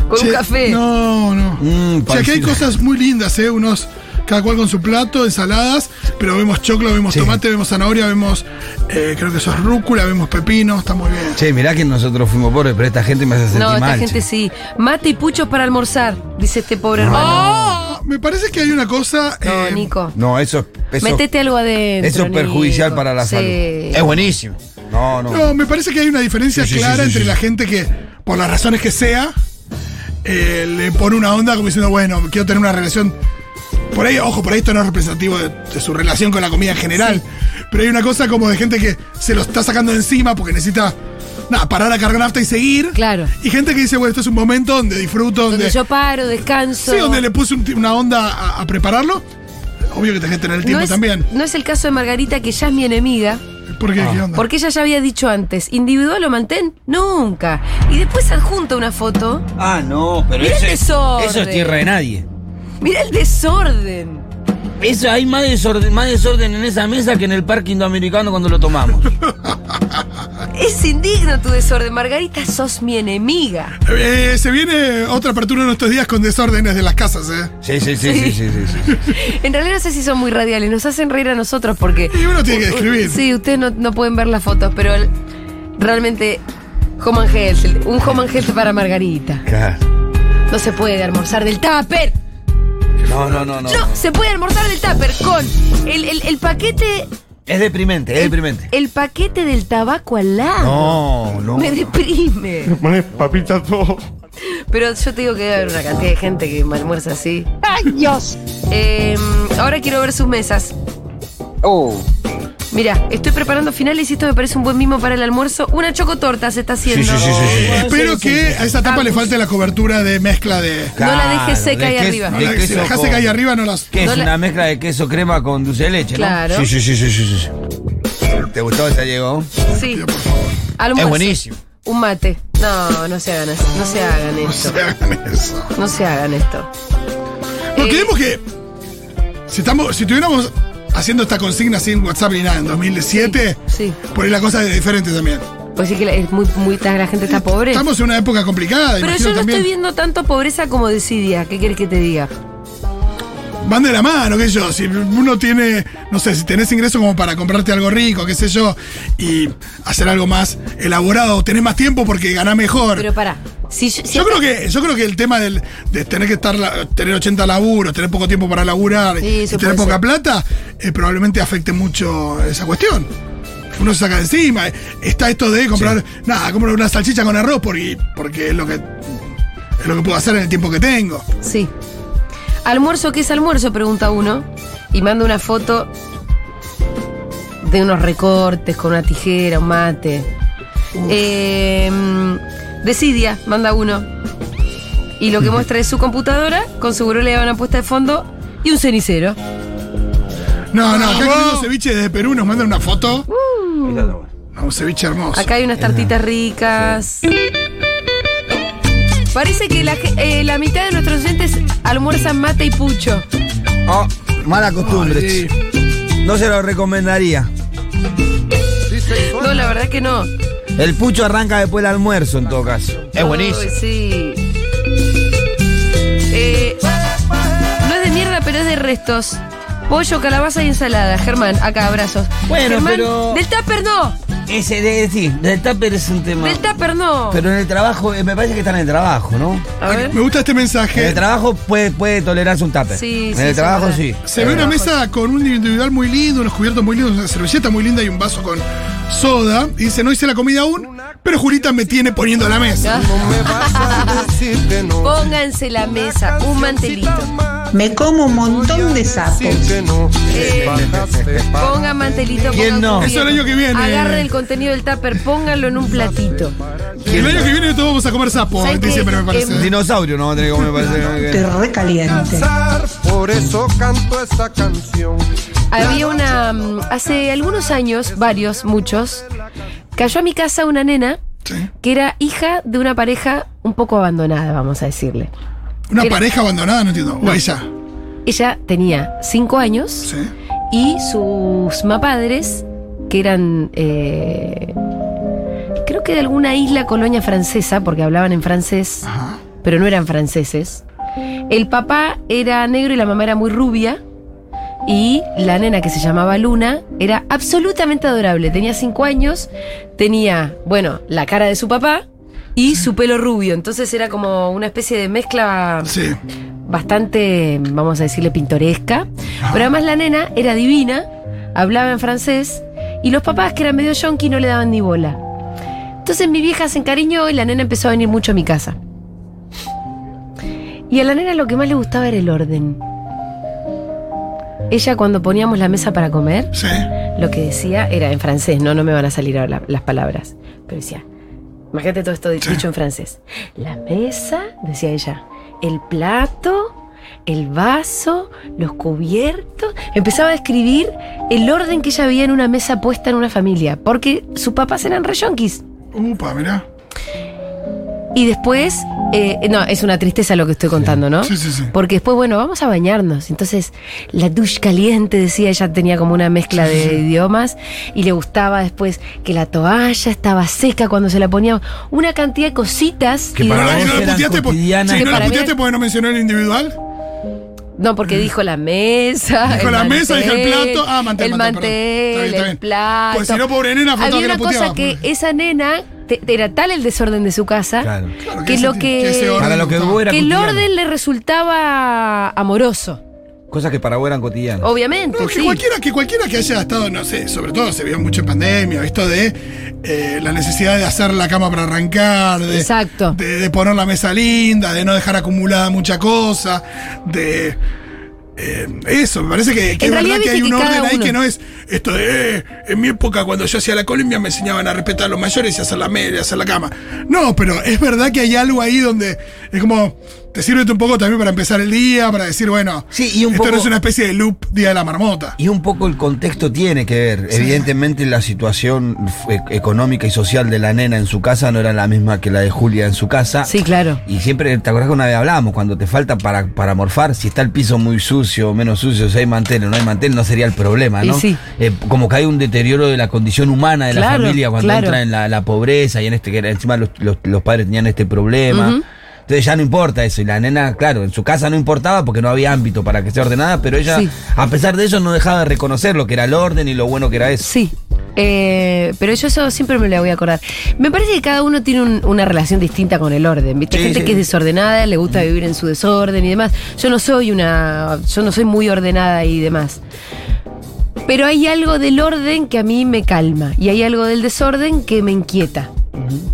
[SPEAKER 1] Con
[SPEAKER 3] Che,
[SPEAKER 1] un café.
[SPEAKER 3] No, no.
[SPEAKER 5] Mm,
[SPEAKER 3] o sea, que hay
[SPEAKER 5] pancito.
[SPEAKER 3] cosas muy lindas, ¿eh? Unos, cada cual con su plato, ensaladas, pero vemos choclo, vemos tomate, vemos zanahoria, vemos, eh, creo que eso es rúcula, vemos pepino, está muy bien.
[SPEAKER 5] Che, mirá que nosotros fuimos pobres, pero esta gente me hace sentir
[SPEAKER 1] No, esta
[SPEAKER 5] mal.
[SPEAKER 1] gente
[SPEAKER 5] che.
[SPEAKER 1] sí. Mate y puchos para almorzar, dice este pobre hermano.
[SPEAKER 3] Ah, me parece que hay una cosa.
[SPEAKER 1] Oh. No,
[SPEAKER 3] eh,
[SPEAKER 1] Nico.
[SPEAKER 5] No, eso es. eso-
[SPEAKER 1] Metete algo adentro.
[SPEAKER 5] Eso es perjudicial
[SPEAKER 1] Nico.
[SPEAKER 5] para la
[SPEAKER 1] Sí.
[SPEAKER 5] salud. Es buenísimo. No, no.
[SPEAKER 3] No, me parece que hay una diferencia
[SPEAKER 5] Sí, sí,
[SPEAKER 3] clara
[SPEAKER 5] sí, sí,
[SPEAKER 3] entre
[SPEAKER 5] sí.
[SPEAKER 3] la gente que, por las razones que sea, eh, le pone una onda como diciendo, bueno, quiero tener una relación. Por ahí, ojo, por ahí esto no es representativo de, de su relación con la comida en general. Pero hay una cosa como de gente que se lo está sacando de encima porque necesita. Nada, parar a cargar nafta y seguir.
[SPEAKER 1] Claro.
[SPEAKER 3] Y gente que dice, bueno, esto es un momento donde disfruto, donde.
[SPEAKER 1] Donde yo paro, descanso.
[SPEAKER 3] sí, donde le puse un ti- una onda a, a prepararlo. Obvio que tenés que tener el tiempo
[SPEAKER 1] no es,
[SPEAKER 3] también.
[SPEAKER 1] No es el caso de Margarita, que ya es mi enemiga.
[SPEAKER 3] ¿Por qué? ¿Qué
[SPEAKER 5] Ah.
[SPEAKER 3] onda?
[SPEAKER 1] Porque ella ya había dicho antes, individual o mantén, nunca. Y después adjunta una foto.
[SPEAKER 5] Ah, no, pero
[SPEAKER 1] Mirá
[SPEAKER 5] eso
[SPEAKER 1] el
[SPEAKER 5] es-
[SPEAKER 1] desorden.
[SPEAKER 5] Eso es tierra de nadie.
[SPEAKER 1] Mira el desorden.
[SPEAKER 5] Eso, hay más desorden, más desorden en esa mesa que en el parque indoamericano cuando lo tomamos.
[SPEAKER 1] Es indigno tu desorden, Margarita, sos mi enemiga.
[SPEAKER 3] Eh, se viene otra apertura en estos días con desórdenes de las casas, ¿eh?
[SPEAKER 5] <laughs> Sí, sí, sí, sí, sí, sí, sí.
[SPEAKER 1] En realidad no sé si son muy radiales, nos hacen reír a nosotros porque...
[SPEAKER 3] Y uno tiene que describir.
[SPEAKER 1] Sí, ustedes no, no pueden ver las fotos, pero el- realmente Home and Health, un Home and Health para Margarita.
[SPEAKER 5] Claro.
[SPEAKER 1] No se puede almorzar del tupper.
[SPEAKER 5] No, no, no, no.
[SPEAKER 1] No, se puede almorzar del tupper con el, el- el paquete
[SPEAKER 5] Es deprimente, es deprimente.
[SPEAKER 1] el paquete del tabaco al lado.
[SPEAKER 5] No, no.
[SPEAKER 1] Me deprime. Me pones papita todo. Pero yo te digo que hay una cantidad de gente que me almuerza así. ¡Ay, Dios! ahora quiero ver sus mesas.
[SPEAKER 6] Oh.
[SPEAKER 1] Mira, estoy preparando finales y esto me parece un buen mimo para el almuerzo. Una chocotorta se está haciendo.
[SPEAKER 3] Espero que a esa tapa le falte la cobertura de mezcla de.
[SPEAKER 1] No la dejes seca ahí
[SPEAKER 5] de
[SPEAKER 1] arriba.
[SPEAKER 3] No,
[SPEAKER 5] de
[SPEAKER 3] la- si
[SPEAKER 5] queso
[SPEAKER 3] la dejás
[SPEAKER 5] con-
[SPEAKER 3] que ahí arriba no las.
[SPEAKER 5] Que es
[SPEAKER 1] No la-
[SPEAKER 5] una mezcla de queso crema con dulce de leche, ¿no?
[SPEAKER 1] Claro.
[SPEAKER 5] Sí, sí, sí, sí, sí, sí. ¿Te gustó esa, Diego?
[SPEAKER 1] Sí. Almuerzo.
[SPEAKER 5] Es buenísimo.
[SPEAKER 1] Un mate. No, no se hagan, así, no se hagan
[SPEAKER 3] No
[SPEAKER 1] esto.
[SPEAKER 3] se hagan eso.
[SPEAKER 1] No se hagan esto.
[SPEAKER 3] No
[SPEAKER 1] Eh,
[SPEAKER 3] queremos que. Si, estamos, si estuviéramos haciendo esta consigna sin WhatsApp ni nada en 2007,
[SPEAKER 1] Sí.
[SPEAKER 3] por ahí la cosa es diferente también.
[SPEAKER 1] Pues sí que la, es muy, muy, la gente está pobre.
[SPEAKER 3] Estamos en una época complicada,
[SPEAKER 1] Pero
[SPEAKER 3] imagino
[SPEAKER 1] yo no
[SPEAKER 3] también.
[SPEAKER 1] estoy viendo tanto pobreza como desidia. ¿Qué quieres que te diga?
[SPEAKER 3] Van de la mano, qué sé yo. Si uno tiene, no sé, si tenés ingreso como para comprarte algo rico, qué sé yo, y hacer algo más elaborado, tenés más tiempo porque ganás mejor.
[SPEAKER 1] Pero pará, Si, yo- si
[SPEAKER 3] Yo
[SPEAKER 1] acá-
[SPEAKER 3] creo que, yo creo que el tema del, de tener que estar la- tener 80 laburos, tener poco tiempo para laburar
[SPEAKER 1] Sí,
[SPEAKER 3] y
[SPEAKER 1] eso
[SPEAKER 3] tener
[SPEAKER 1] puede
[SPEAKER 3] poca
[SPEAKER 1] ser.
[SPEAKER 3] plata, eh, probablemente afecte mucho esa cuestión. Uno se saca de encima. eh, Está esto de comprar, nada, comprar una salchicha con arroz porque, porque es lo que es lo que puedo hacer en el tiempo que tengo.
[SPEAKER 1] Sí. ¿Almuerzo qué es almuerzo? Pregunta uno. Y manda una foto de unos recortes con una tijera, un mate. Eh, Decidia, manda uno. Y lo que muestra es su computadora, con seguro le da una puesta de fondo y un cenicero.
[SPEAKER 3] No, no, acá comiendo ceviche desde Perú nos mandan una foto. No, un ceviche hermoso.
[SPEAKER 1] Acá hay unas tartitas ricas. Parece que la, ge- eh, la mitad de nuestros oyentes almuerzan mate y pucho.
[SPEAKER 5] Oh, mala costumbre.
[SPEAKER 3] Sí.
[SPEAKER 5] No se lo recomendaría.
[SPEAKER 1] No, la verdad que no.
[SPEAKER 5] El pucho arranca después del almuerzo, en todo caso.
[SPEAKER 4] Es buenísimo.
[SPEAKER 1] Uy, sí. Eh, no es de mierda, pero es de restos. Pollo, calabaza y ensalada. Germán, acá, abrazos.
[SPEAKER 5] Bueno,
[SPEAKER 1] Germán,
[SPEAKER 5] pero-
[SPEAKER 1] Del tupper no.
[SPEAKER 5] Oh, Ese, de, sí, del tupper es un tema.
[SPEAKER 1] Del tupper no.
[SPEAKER 5] Pero en el trabajo, eh, me parece que está en el trabajo, ¿no?
[SPEAKER 1] A ver.
[SPEAKER 3] Me gusta este
[SPEAKER 5] En
[SPEAKER 3] mensaje.
[SPEAKER 5] el trabajo puede, puede tolerarse un tupper.
[SPEAKER 1] Sí,
[SPEAKER 5] En
[SPEAKER 1] sí,
[SPEAKER 5] el
[SPEAKER 1] sí,
[SPEAKER 5] trabajo
[SPEAKER 1] verdad.
[SPEAKER 5] sí.
[SPEAKER 3] Se ve una mesa con un individual muy lindo, unos cubiertos muy lindos, una servilleta muy linda y un vaso con soda. Y dice, no hice la comida aún, pero Julita me tiene poniendo la mesa.
[SPEAKER 1] Ah. <laughs> Pónganse la mesa, un mantelito.
[SPEAKER 7] Me como un montón de sapos.
[SPEAKER 1] Eh, pongan mantelito,
[SPEAKER 5] ¿Quién
[SPEAKER 1] pongan
[SPEAKER 5] no?
[SPEAKER 1] cubierto.
[SPEAKER 3] Eso el año que viene.
[SPEAKER 1] Agarren el contenido del tupper, pónganlo en un platito.
[SPEAKER 3] El año que viene todos vamos a comer sapo,
[SPEAKER 1] ¿Sabes
[SPEAKER 3] en
[SPEAKER 1] qué? Em,
[SPEAKER 3] diciembre me
[SPEAKER 5] Un
[SPEAKER 3] parece.
[SPEAKER 5] dinosaurio no va a tener que comer, parece.
[SPEAKER 7] Estoy recaliente.
[SPEAKER 8] Por eso canto esta canción.
[SPEAKER 1] Había una. mm, Hace algunos años, varios, muchos, cayó a mi casa una nena
[SPEAKER 3] Sí.
[SPEAKER 1] que era hija de una pareja un poco abandonada, vamos a decirle.
[SPEAKER 3] Una
[SPEAKER 1] Pero-
[SPEAKER 3] pareja abandonada, no entiendo. O ella.
[SPEAKER 1] Ella tenía cinco años
[SPEAKER 3] Sí.
[SPEAKER 1] y sus mapadres, que eran. eh, creo que de alguna isla colonia francesa, porque hablaban en francés,
[SPEAKER 3] Ajá.
[SPEAKER 1] pero no eran franceses. El papá era negro y la mamá era muy rubia. Y la nena que se llamaba Luna era absolutamente adorable. Tenía cinco años, tenía, bueno, la cara de su papá y su pelo rubio. Entonces era como una especie de mezcla
[SPEAKER 3] Sí.
[SPEAKER 1] bastante, vamos a decirle, pintoresca. Pero además la nena era divina, hablaba en francés y los papás, que eran medio yonki, no le daban ni bola. Entonces mi vieja se encariñó y la nena empezó a venir mucho a mi casa. Y a la nena lo que más le gustaba era el orden. Ella cuando poníamos la mesa para comer,
[SPEAKER 3] Sí.
[SPEAKER 1] lo que decía era en francés, no, no me van a salir ahora las palabras. Pero decía, imagínate todo esto dicho en francés. La mesa, decía ella, el plato, el vaso, los cubiertos. Empezaba a describir el orden que ella veía en una mesa puesta en una familia, porque sus papás eran reyonquis.
[SPEAKER 3] Upa, mirá.
[SPEAKER 1] Y después, eh, no, es una tristeza lo que estoy contando, ¿no?
[SPEAKER 3] Sí, sí, sí.
[SPEAKER 1] Porque después, bueno, vamos a bañarnos. Entonces, la douche caliente, decía, ella tenía como una mezcla de idiomas y le gustaba después que la toalla estaba seca cuando se la ponía. Una cantidad de cositas. y de-
[SPEAKER 3] Pará, ¿y no
[SPEAKER 5] vos
[SPEAKER 3] la
[SPEAKER 5] eran
[SPEAKER 3] puteaste, por-
[SPEAKER 5] cotidianas.
[SPEAKER 3] sí,
[SPEAKER 1] Que
[SPEAKER 3] ¿no la
[SPEAKER 1] para mí
[SPEAKER 3] puteaste
[SPEAKER 1] era-
[SPEAKER 3] porque no mencionó el individual?
[SPEAKER 1] No, porque dijo la mesa.
[SPEAKER 3] Dijo
[SPEAKER 1] el
[SPEAKER 3] la mesa, dijo el plato. Ah, mantel,
[SPEAKER 1] El
[SPEAKER 3] mantel, perdón. Está bien,
[SPEAKER 1] mantel,
[SPEAKER 3] está
[SPEAKER 1] el
[SPEAKER 3] bien.
[SPEAKER 1] plato.
[SPEAKER 3] Pues si no, pobre nena, faltaba
[SPEAKER 1] Había
[SPEAKER 3] que la
[SPEAKER 1] una cosa
[SPEAKER 3] puteaba, pues.
[SPEAKER 1] que
[SPEAKER 3] pobre.
[SPEAKER 1] esa nena te- era tal el desorden de su casa
[SPEAKER 5] Claro.
[SPEAKER 3] Claro,
[SPEAKER 1] que
[SPEAKER 3] ese
[SPEAKER 1] lo
[SPEAKER 3] tío-
[SPEAKER 1] que.
[SPEAKER 3] ese orden
[SPEAKER 5] Para lo que
[SPEAKER 3] gustaba.
[SPEAKER 5] hubo era
[SPEAKER 1] que el
[SPEAKER 5] cotidiano.
[SPEAKER 1] orden le resultaba amoroso.
[SPEAKER 5] Cosas que para vos eran cotidianas.
[SPEAKER 1] Obviamente,
[SPEAKER 3] No, que
[SPEAKER 1] sí.
[SPEAKER 3] cualquiera, que cualquiera que haya estado, no sé, sobre todo se vio mucho en pandemia, esto de eh, la necesidad de hacer la cama para arrancar, de,
[SPEAKER 1] Exacto.
[SPEAKER 3] de, de poner la mesa linda, de no dejar acumulada mucha cosa, de eh, eso, me parece que, que
[SPEAKER 1] En
[SPEAKER 3] es
[SPEAKER 1] realidad
[SPEAKER 3] verdad que
[SPEAKER 1] viste
[SPEAKER 3] hay
[SPEAKER 1] que
[SPEAKER 3] un
[SPEAKER 1] cada
[SPEAKER 3] orden ahí
[SPEAKER 1] uno-
[SPEAKER 3] que no es esto de eh, en mi época cuando yo hacía la colombia me enseñaban a respetar a los mayores y hacer la media, hacer la cama. No, pero es verdad que hay algo ahí donde es como te sirve un poco también para empezar el día, para decir, bueno,
[SPEAKER 5] Sí, y un
[SPEAKER 3] esto no
[SPEAKER 5] poco-
[SPEAKER 3] es una especie de loop día de la marmota.
[SPEAKER 5] Y un poco el contexto tiene que ver. Evidentemente la situación eh, económica y social de la nena en su casa no era la misma que la de Julia en su casa.
[SPEAKER 1] Sí, claro.
[SPEAKER 5] Y siempre, ¿te acordás que una vez hablamos? Cuando te falta para, para morfar, si está el piso muy sucio o menos sucio, si hay mantel o no hay mantel, no sería el problema,
[SPEAKER 1] Y
[SPEAKER 5] ¿no?
[SPEAKER 1] sí.
[SPEAKER 5] Eh, como que hay un deterioro de la condición humana de
[SPEAKER 1] Claro,
[SPEAKER 5] la familia cuando
[SPEAKER 1] claro.
[SPEAKER 5] entra en la, la pobreza y en este que era- encima los, los- los padres tenían este problema.
[SPEAKER 1] Ujú.
[SPEAKER 5] Entonces ya no importa eso. Y la nena, claro, en su casa no importaba porque no había ámbito para que sea ordenada, pero ella,
[SPEAKER 1] Sí.
[SPEAKER 5] a pesar de eso, no dejaba de reconocer lo que era el orden y lo bueno que era eso.
[SPEAKER 1] Sí. Eh, pero yo eso siempre me lo voy a acordar. Me parece que cada uno tiene un- una relación distinta con el orden. ¿viste? Hay
[SPEAKER 5] Sí,
[SPEAKER 1] gente
[SPEAKER 5] sí.
[SPEAKER 1] que es desordenada, le gusta vivir en su desorden y demás. Yo no soy una. Yo no soy muy ordenada y demás. Pero hay algo del orden que a mí me calma. Y hay algo del desorden que me inquieta.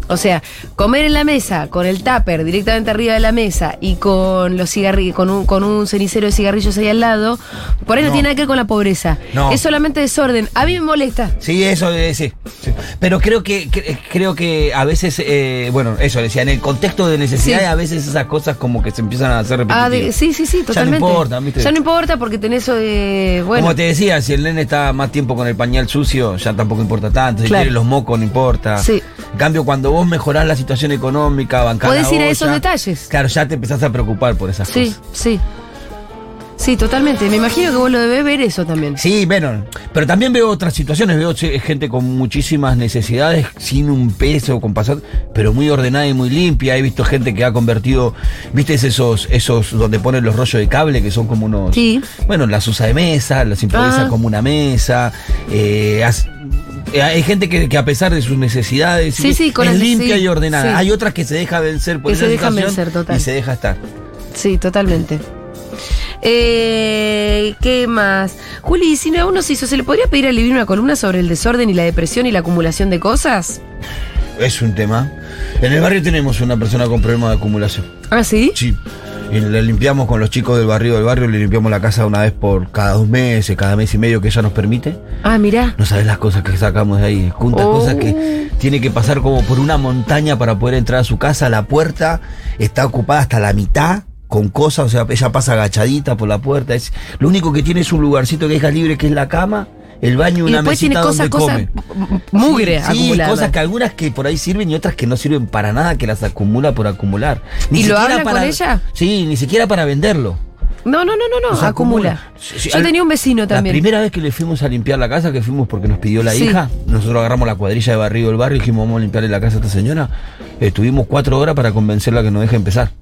[SPEAKER 1] O sea, comer en la mesa con el tupper directamente arriba de la mesa y con los cigarrillos, con un, con un cenicero de cigarrillos ahí al lado, por ahí no, tiene nada que ver con la pobreza.
[SPEAKER 5] No.
[SPEAKER 1] Es solamente desorden. A mí me molesta.
[SPEAKER 5] Sí, eso eh, sí. sí. Pero creo que cre- creo que a veces, eh, bueno, eso decía, en el contexto de necesidad,
[SPEAKER 1] Sí.
[SPEAKER 5] a veces esas cosas como que se empiezan a hacer repetitivas.
[SPEAKER 1] Ah, de- sí, sí, sí, totalmente.
[SPEAKER 5] Ya no importa, ¿viste?
[SPEAKER 1] Ya no importa porque tenés eso de. Bueno.
[SPEAKER 5] Como te decía, si el nene está más tiempo con el pañal sucio, ya tampoco importa tanto. Si
[SPEAKER 1] Claro.
[SPEAKER 5] quiere los mocos, no importa.
[SPEAKER 1] Sí.
[SPEAKER 5] En cambio, cuando vos mejorás la situación económica, bancaria.
[SPEAKER 1] Podés ir a esos detalles.
[SPEAKER 5] Claro, ya te empezás a preocupar por esas
[SPEAKER 1] sí,
[SPEAKER 5] cosas.
[SPEAKER 1] sí. Sí, totalmente. Me imagino que vos lo debés ver eso también.
[SPEAKER 5] Sí, bueno, pero también veo otras situaciones, veo che, gente con muchísimas necesidades, sin un peso, con pasar, pero muy ordenada y muy limpia. He visto gente que ha convertido, viste esos, esos donde ponen los rollos de cable que son como unos,
[SPEAKER 1] Sí.
[SPEAKER 5] bueno, las usa de mesa, las improvisa
[SPEAKER 1] Ah.
[SPEAKER 5] como una mesa. eh, has- eh, hay gente que, que a pesar de sus necesidades
[SPEAKER 1] Sí, sí, con
[SPEAKER 5] es
[SPEAKER 1] las-
[SPEAKER 5] limpia
[SPEAKER 1] sí,
[SPEAKER 5] y ordenada.
[SPEAKER 1] sí.
[SPEAKER 5] Hay otras que se deja vencer por
[SPEAKER 1] Que
[SPEAKER 5] esa
[SPEAKER 1] se dejan
[SPEAKER 5] situación
[SPEAKER 1] vencer, total.
[SPEAKER 5] y se deja estar.
[SPEAKER 1] Sí, totalmente. Eh, ¿Qué más? Juli, si no, uno se hizo, ¿se le podría pedir a Livir una columna sobre el desorden y la depresión y la acumulación de cosas?
[SPEAKER 5] Es un tema. En el barrio tenemos una persona con problemas de acumulación.
[SPEAKER 1] Ah, sí.
[SPEAKER 5] Sí. Y le limpiamos con los chicos del barrio del barrio, le limpiamos la casa una vez por cada dos meses, cada mes y medio que ella nos permite.
[SPEAKER 1] Ah, mirá.
[SPEAKER 5] No sabes las cosas que sacamos de ahí. Juntas
[SPEAKER 1] Oh.
[SPEAKER 5] cosas que tiene que pasar como por una montaña para poder entrar a su casa. La puerta está ocupada hasta la mitad con cosas. O sea, ella pasa agachadita por la puerta. Es, lo único que tiene es un lugarcito que deja libre, que es la cama, el baño y
[SPEAKER 1] Y
[SPEAKER 5] una
[SPEAKER 1] después tiene
[SPEAKER 5] mesita
[SPEAKER 1] cosas,
[SPEAKER 5] donde
[SPEAKER 1] cosas
[SPEAKER 5] come.
[SPEAKER 1] m- mugre
[SPEAKER 5] Sí, sí,
[SPEAKER 1] acumulada.
[SPEAKER 5] cosas que algunas que por ahí sirven y otras que no sirven para nada, que las acumula por acumular.
[SPEAKER 1] ¿Y lo
[SPEAKER 5] siquiera
[SPEAKER 1] habla con
[SPEAKER 5] para-
[SPEAKER 1] ella?
[SPEAKER 5] Sí, ni siquiera para venderlo.
[SPEAKER 1] No, no, no, no, no.
[SPEAKER 5] O sea,
[SPEAKER 1] acumula.
[SPEAKER 5] Sí, sí,
[SPEAKER 1] Yo
[SPEAKER 5] al-
[SPEAKER 1] tenía un vecino también.
[SPEAKER 5] La primera vez que le fuimos a limpiar la casa, que fuimos porque nos pidió la
[SPEAKER 1] Sí.
[SPEAKER 5] hija, nosotros agarramos la cuadrilla de barrio del barrio y dijimos, vamos a limpiarle la casa a esta señora. Estuvimos cuatro horas para convencerla que nos deje empezar.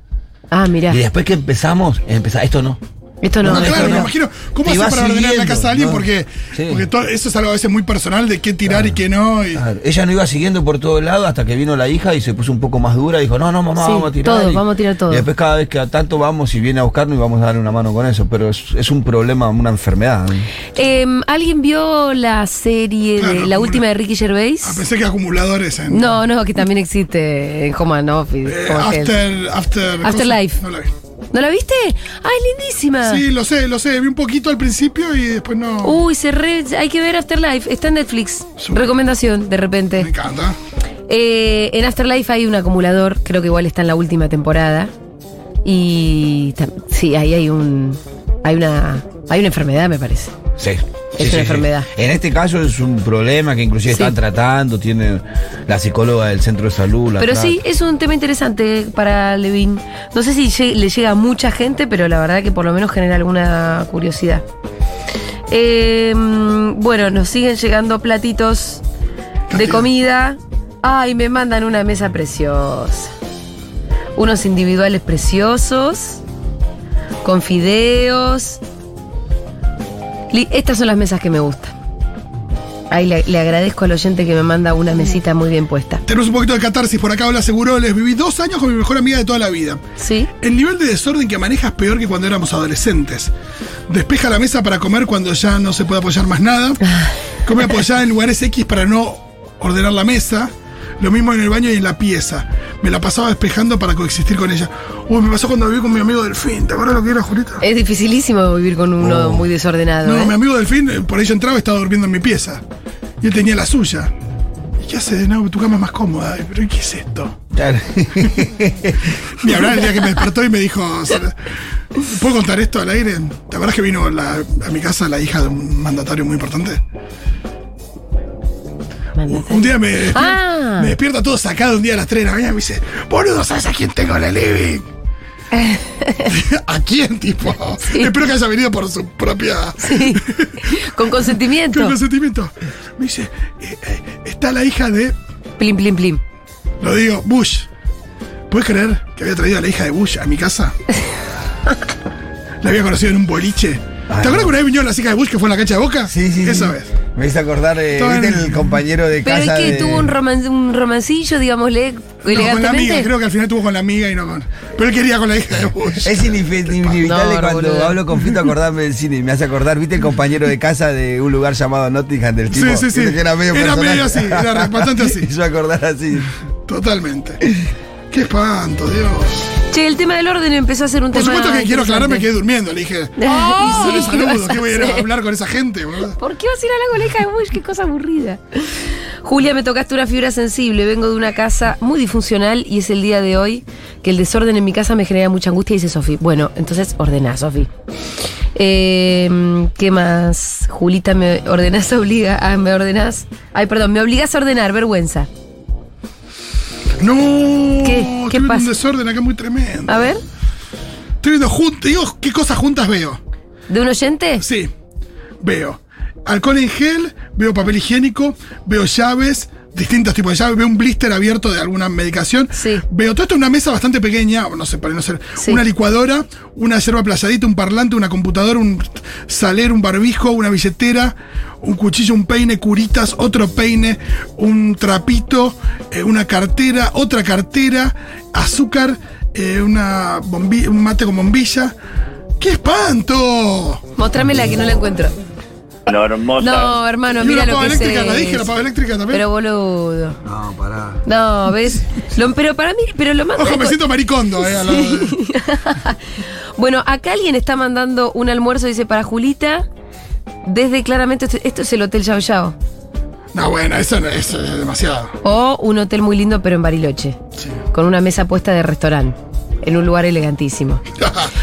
[SPEAKER 1] Ah, mirá.
[SPEAKER 5] Y después que empezamos, empezá, esto no.
[SPEAKER 1] Esto no.
[SPEAKER 3] No,
[SPEAKER 1] esto
[SPEAKER 3] Ah, claro,
[SPEAKER 1] no.
[SPEAKER 3] me imagino.
[SPEAKER 5] Te
[SPEAKER 3] ¿Cómo haces
[SPEAKER 5] vas
[SPEAKER 3] para ordenar la
[SPEAKER 5] siguiendo,
[SPEAKER 3] casa de alguien?
[SPEAKER 5] ¿no?
[SPEAKER 3] Porque,
[SPEAKER 5] Sí. Ah.
[SPEAKER 3] porque todo- eso es algo a veces muy personal de qué tirar y qué no. y-
[SPEAKER 5] Claro, Ella no iba siguiendo por todos lados hasta que vino la hija y se puso un poco más dura. Dijo, no, no, mamá,
[SPEAKER 1] Sí,
[SPEAKER 5] vamos a tirar.
[SPEAKER 1] todo,
[SPEAKER 5] y-
[SPEAKER 1] vamos a tirar todo.
[SPEAKER 5] Y después cada vez que a tanto vamos y viene a buscarnos y vamos a darle una mano con eso. Pero es, es un problema, una enfermedad.
[SPEAKER 1] Em, ¿Alguien vio la serie,
[SPEAKER 3] Claro,
[SPEAKER 1] de, la
[SPEAKER 3] acumula.
[SPEAKER 1] última de Ricky Gervais?
[SPEAKER 3] Ah, pensé que acumuladores en.
[SPEAKER 1] No, no, que también existe en Home and Office.
[SPEAKER 3] eh,
[SPEAKER 1] como que-
[SPEAKER 3] after, after.
[SPEAKER 1] Afterlife.
[SPEAKER 3] cosa- No la vi.
[SPEAKER 1] ¿No la viste? Ah, Uh. es lindísima.
[SPEAKER 3] Sí, lo sé, lo sé. Vi un poquito al principio y después no.
[SPEAKER 1] Uy, se re- hay que ver Afterlife. Está en Netflix.
[SPEAKER 3] Súper.
[SPEAKER 1] Recomendación, de repente.
[SPEAKER 3] Me encanta.
[SPEAKER 1] Eh, en Afterlife hay un acumulador, creo que igual está en la última temporada. Y tam- sí, ahí hay un. Hay una. Hay una enfermedad, me parece.
[SPEAKER 5] Sí.
[SPEAKER 1] Es una enfermedad.
[SPEAKER 5] En este caso es un problema que inclusive
[SPEAKER 1] Sí.
[SPEAKER 5] están tratando, tiene la psicóloga del centro de salud. la
[SPEAKER 1] Pero
[SPEAKER 5] trata.
[SPEAKER 1] sí, es un tema interesante para Levin. No sé si lle- le llega a mucha gente, pero la verdad que por lo menos genera alguna curiosidad. Eh, bueno, nos siguen llegando platitos de comida. Ay, me mandan una mesa preciosa. Unos individuales preciosos. Con fideos. Li- Estas son las mesas que me gustan. Ay, le, le agradezco al oyente que me manda una mesita muy bien puesta.
[SPEAKER 3] Tenemos un poquito de catarsis por acá. Hola, Seguroles. Viví dos años con mi mejor amiga de toda la vida.
[SPEAKER 1] ¿Sí?
[SPEAKER 3] El nivel de desorden que maneja es peor que cuando éramos adolescentes. Despeja la mesa para comer cuando ya no se puede apoyar más nada. Come apoyada en lugares X para no ordenar la mesa. Lo mismo en el baño y en la pieza. Me la pasaba despejando para coexistir con ella. Uy, me pasó cuando viví con mi amigo Delfín. ¿Te acuerdas lo que era, Julita?
[SPEAKER 1] Es dificilísimo vivir con uno muy desordenado.
[SPEAKER 3] Oh. No,
[SPEAKER 1] ¿eh?
[SPEAKER 3] mi amigo Delfín, eh, por ahí yo entraba y estaba durmiendo en mi pieza. Y él tenía la suya. ¿Y qué haces? No, tu cama es más cómoda. Ay, ¿Pero qué es esto?
[SPEAKER 5] Claro. <laughs>
[SPEAKER 3] Ni hablar el día que me despertó y me dijo. "Sara, ¿Puedo contar esto al aire? ¿Te acuerdas que vino la- a mi casa la hija de un mandatario muy importante? Un, un día me, despier-
[SPEAKER 1] Ah.
[SPEAKER 3] me despierta todo sacado un día a las 3 de la mañana y me dice: Boludo, ¿sabes a quién tengo en el living? ¿A quién, tipo? Espero que haya venido por su propia.
[SPEAKER 1] <laughs> Sí. Con consentimiento.
[SPEAKER 3] Con consentimiento. Me dice, eh, eh, está la hija de,
[SPEAKER 1] Plim, plim, plim.
[SPEAKER 3] lo digo, Bush. ¿Puedes creer que había traído a la hija de Bush a mi casa? la había conocido en un boliche.
[SPEAKER 2] Ay,
[SPEAKER 3] ¿Te acuerdas que una vez vinieron las hijas de Bush que fue en la cancha de Boca?
[SPEAKER 2] Sí, sí.
[SPEAKER 3] Esa
[SPEAKER 2] sí.
[SPEAKER 3] vez.
[SPEAKER 2] Me hice acordar, eh,
[SPEAKER 3] Todo
[SPEAKER 2] ¿viste
[SPEAKER 3] en-
[SPEAKER 2] el compañero de
[SPEAKER 1] Pero es
[SPEAKER 2] casa
[SPEAKER 1] que
[SPEAKER 2] de-
[SPEAKER 1] tuvo un, roman- un romancillo, digámosle,
[SPEAKER 3] No, con la amiga,
[SPEAKER 1] elegantemente.
[SPEAKER 3] creo que al final tuvo con la amiga y no con. Pero él quería con la hija de Bush.
[SPEAKER 2] Es inefe- inevitable
[SPEAKER 1] No,
[SPEAKER 2] cuando
[SPEAKER 1] boludo.
[SPEAKER 2] hablo con Fito acordarme del cine. Me hace acordar, ¿viste el compañero de casa de un lugar llamado Nottingham del tipo?
[SPEAKER 3] Sí, sí, sí.
[SPEAKER 2] ¿Viste que Era medio,
[SPEAKER 3] Era
[SPEAKER 2] personaje?
[SPEAKER 3] medio así, era bastante así.
[SPEAKER 2] <laughs> Y yo acordar así.
[SPEAKER 3] Totalmente. Qué espanto, Dios.
[SPEAKER 1] Che, el tema del orden empezó a ser un
[SPEAKER 3] Por
[SPEAKER 1] tema.
[SPEAKER 3] supuesto que quiero aclararme que quedé durmiendo. Le dije,
[SPEAKER 1] <laughs>
[SPEAKER 3] ¡Ah!
[SPEAKER 1] Y sí,
[SPEAKER 3] le
[SPEAKER 1] ¿qué
[SPEAKER 3] saludo,
[SPEAKER 1] vas a
[SPEAKER 3] ¿Qué voy a ir a
[SPEAKER 1] hacer?
[SPEAKER 3] hablar con esa gente, boludo?
[SPEAKER 1] ¿Por qué vas a ir a la coleja de Bush? Qué cosa aburrida. Julia, me tocaste una fibra sensible. Vengo de una casa muy disfuncional y es el día de hoy que el desorden en mi casa me genera mucha angustia, dice Sofi. Bueno, entonces ordena, Sofi. Eh, ¿Qué más? Julita, me ordenás, obliga. Ah, me ordenás. Ay, perdón, me obligas a ordenar, vergüenza.
[SPEAKER 3] No,
[SPEAKER 1] ¿Qué? ¿Qué
[SPEAKER 3] estoy viendo
[SPEAKER 1] pasa?
[SPEAKER 3] un desorden acá muy tremendo.
[SPEAKER 1] A ver,
[SPEAKER 3] Estoy viendo juntas, digo, ¿qué cosas juntas veo?
[SPEAKER 1] ¿de un oyente?
[SPEAKER 3] Sí, veo alcohol en gel, veo papel higiénico, veo llaves, distintos tipos de llaves, veo un blister abierto de alguna medicación.
[SPEAKER 1] Sí.
[SPEAKER 3] Veo todo esto en una mesa bastante pequeña, no sé, para no ser,
[SPEAKER 1] Sí.
[SPEAKER 3] una licuadora, una yerba playadita, un parlante, una computadora, un saler, un barbijo, una billetera, un cuchillo, un peine, curitas, otro peine, un trapito, eh, una cartera, otra cartera, azúcar, eh, una bombi- un mate con bombilla. ¡Qué espanto!
[SPEAKER 1] Mostrámela que no la encuentro.
[SPEAKER 9] Lo hermosa.
[SPEAKER 1] No, hermano,
[SPEAKER 3] Y
[SPEAKER 1] mira
[SPEAKER 3] una
[SPEAKER 1] lo
[SPEAKER 3] pava
[SPEAKER 1] que
[SPEAKER 3] eléctrica,
[SPEAKER 1] es
[SPEAKER 3] la dije, la
[SPEAKER 1] eso.
[SPEAKER 3] pava eléctrica también.
[SPEAKER 1] Pero boludo.
[SPEAKER 6] No, pará.
[SPEAKER 1] No, ¿ves? Lo- pero para mí, pero lo más...
[SPEAKER 3] Ojo, me siento maricondo, eh. al lado de-
[SPEAKER 1] <laughs> Bueno, acá alguien está mandando un almuerzo, dice, para Julita, desde claramente, esto, esto es el Hotel Yao Yao,
[SPEAKER 3] No, bueno, eso no- eso es demasiado. <laughs>
[SPEAKER 1] o un hotel muy lindo pero en Bariloche,
[SPEAKER 3] Sí.
[SPEAKER 1] con una mesa puesta de restaurante, en un lugar elegantísimo.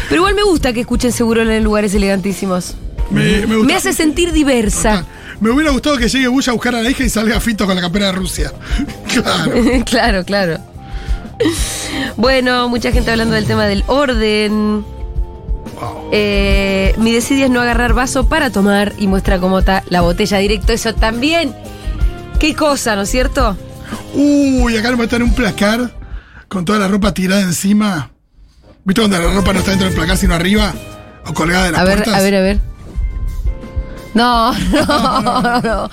[SPEAKER 1] Pero igual me gusta que escuchen seguro en lugares elegantísimos.
[SPEAKER 3] me, me,
[SPEAKER 1] Me
[SPEAKER 3] gusta-
[SPEAKER 1] hace sentir diversa.
[SPEAKER 3] me hubiera gustado que llegue Bush a buscar a la hija y salga Fito con la campera de Rusia. <laughs> Claro.
[SPEAKER 1] <laughs> claro, claro. Bueno, mucha gente hablando del tema del orden. Eh, mi decidia es no agarrar vaso para tomar y muestra cómo está la botella directo. Eso también. Qué cosa, ¿no es cierto?
[SPEAKER 3] Uy, acá nos meten un placar con toda la ropa tirada encima. ¿Viste cuando la ropa no está dentro del placar, sino arriba? O colgada de las
[SPEAKER 1] A ver,
[SPEAKER 3] puertas.
[SPEAKER 1] a ver, a ver. No, <laughs> no, no.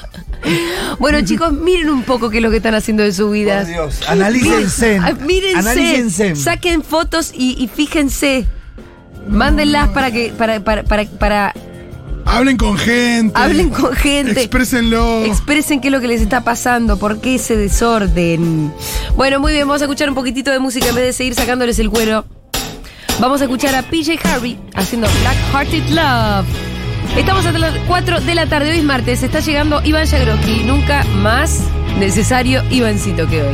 [SPEAKER 1] Bueno, chicos, miren un poco qué es lo que están haciendo de su vida.
[SPEAKER 2] Por Dios, analícense.
[SPEAKER 1] Ah, Mírense,
[SPEAKER 2] Analícense.
[SPEAKER 1] saquen fotos y, y fíjense. Mándenlas para que para, para, para, para-
[SPEAKER 3] Hablen con gente.
[SPEAKER 1] hablen con gente.
[SPEAKER 3] Exprésenlo.
[SPEAKER 1] Expresen qué es lo que les está pasando, por qué ese desorden. Bueno, muy bien, vamos a escuchar un poquitito de música en vez de seguir sacándoles el cuero. Vamos a escuchar a PJ Harvey haciendo Black Hearted Love. Estamos hasta las 4 de la tarde, hoy es martes, está llegando Iván Yagroki, nunca más necesario Ivancito que hoy.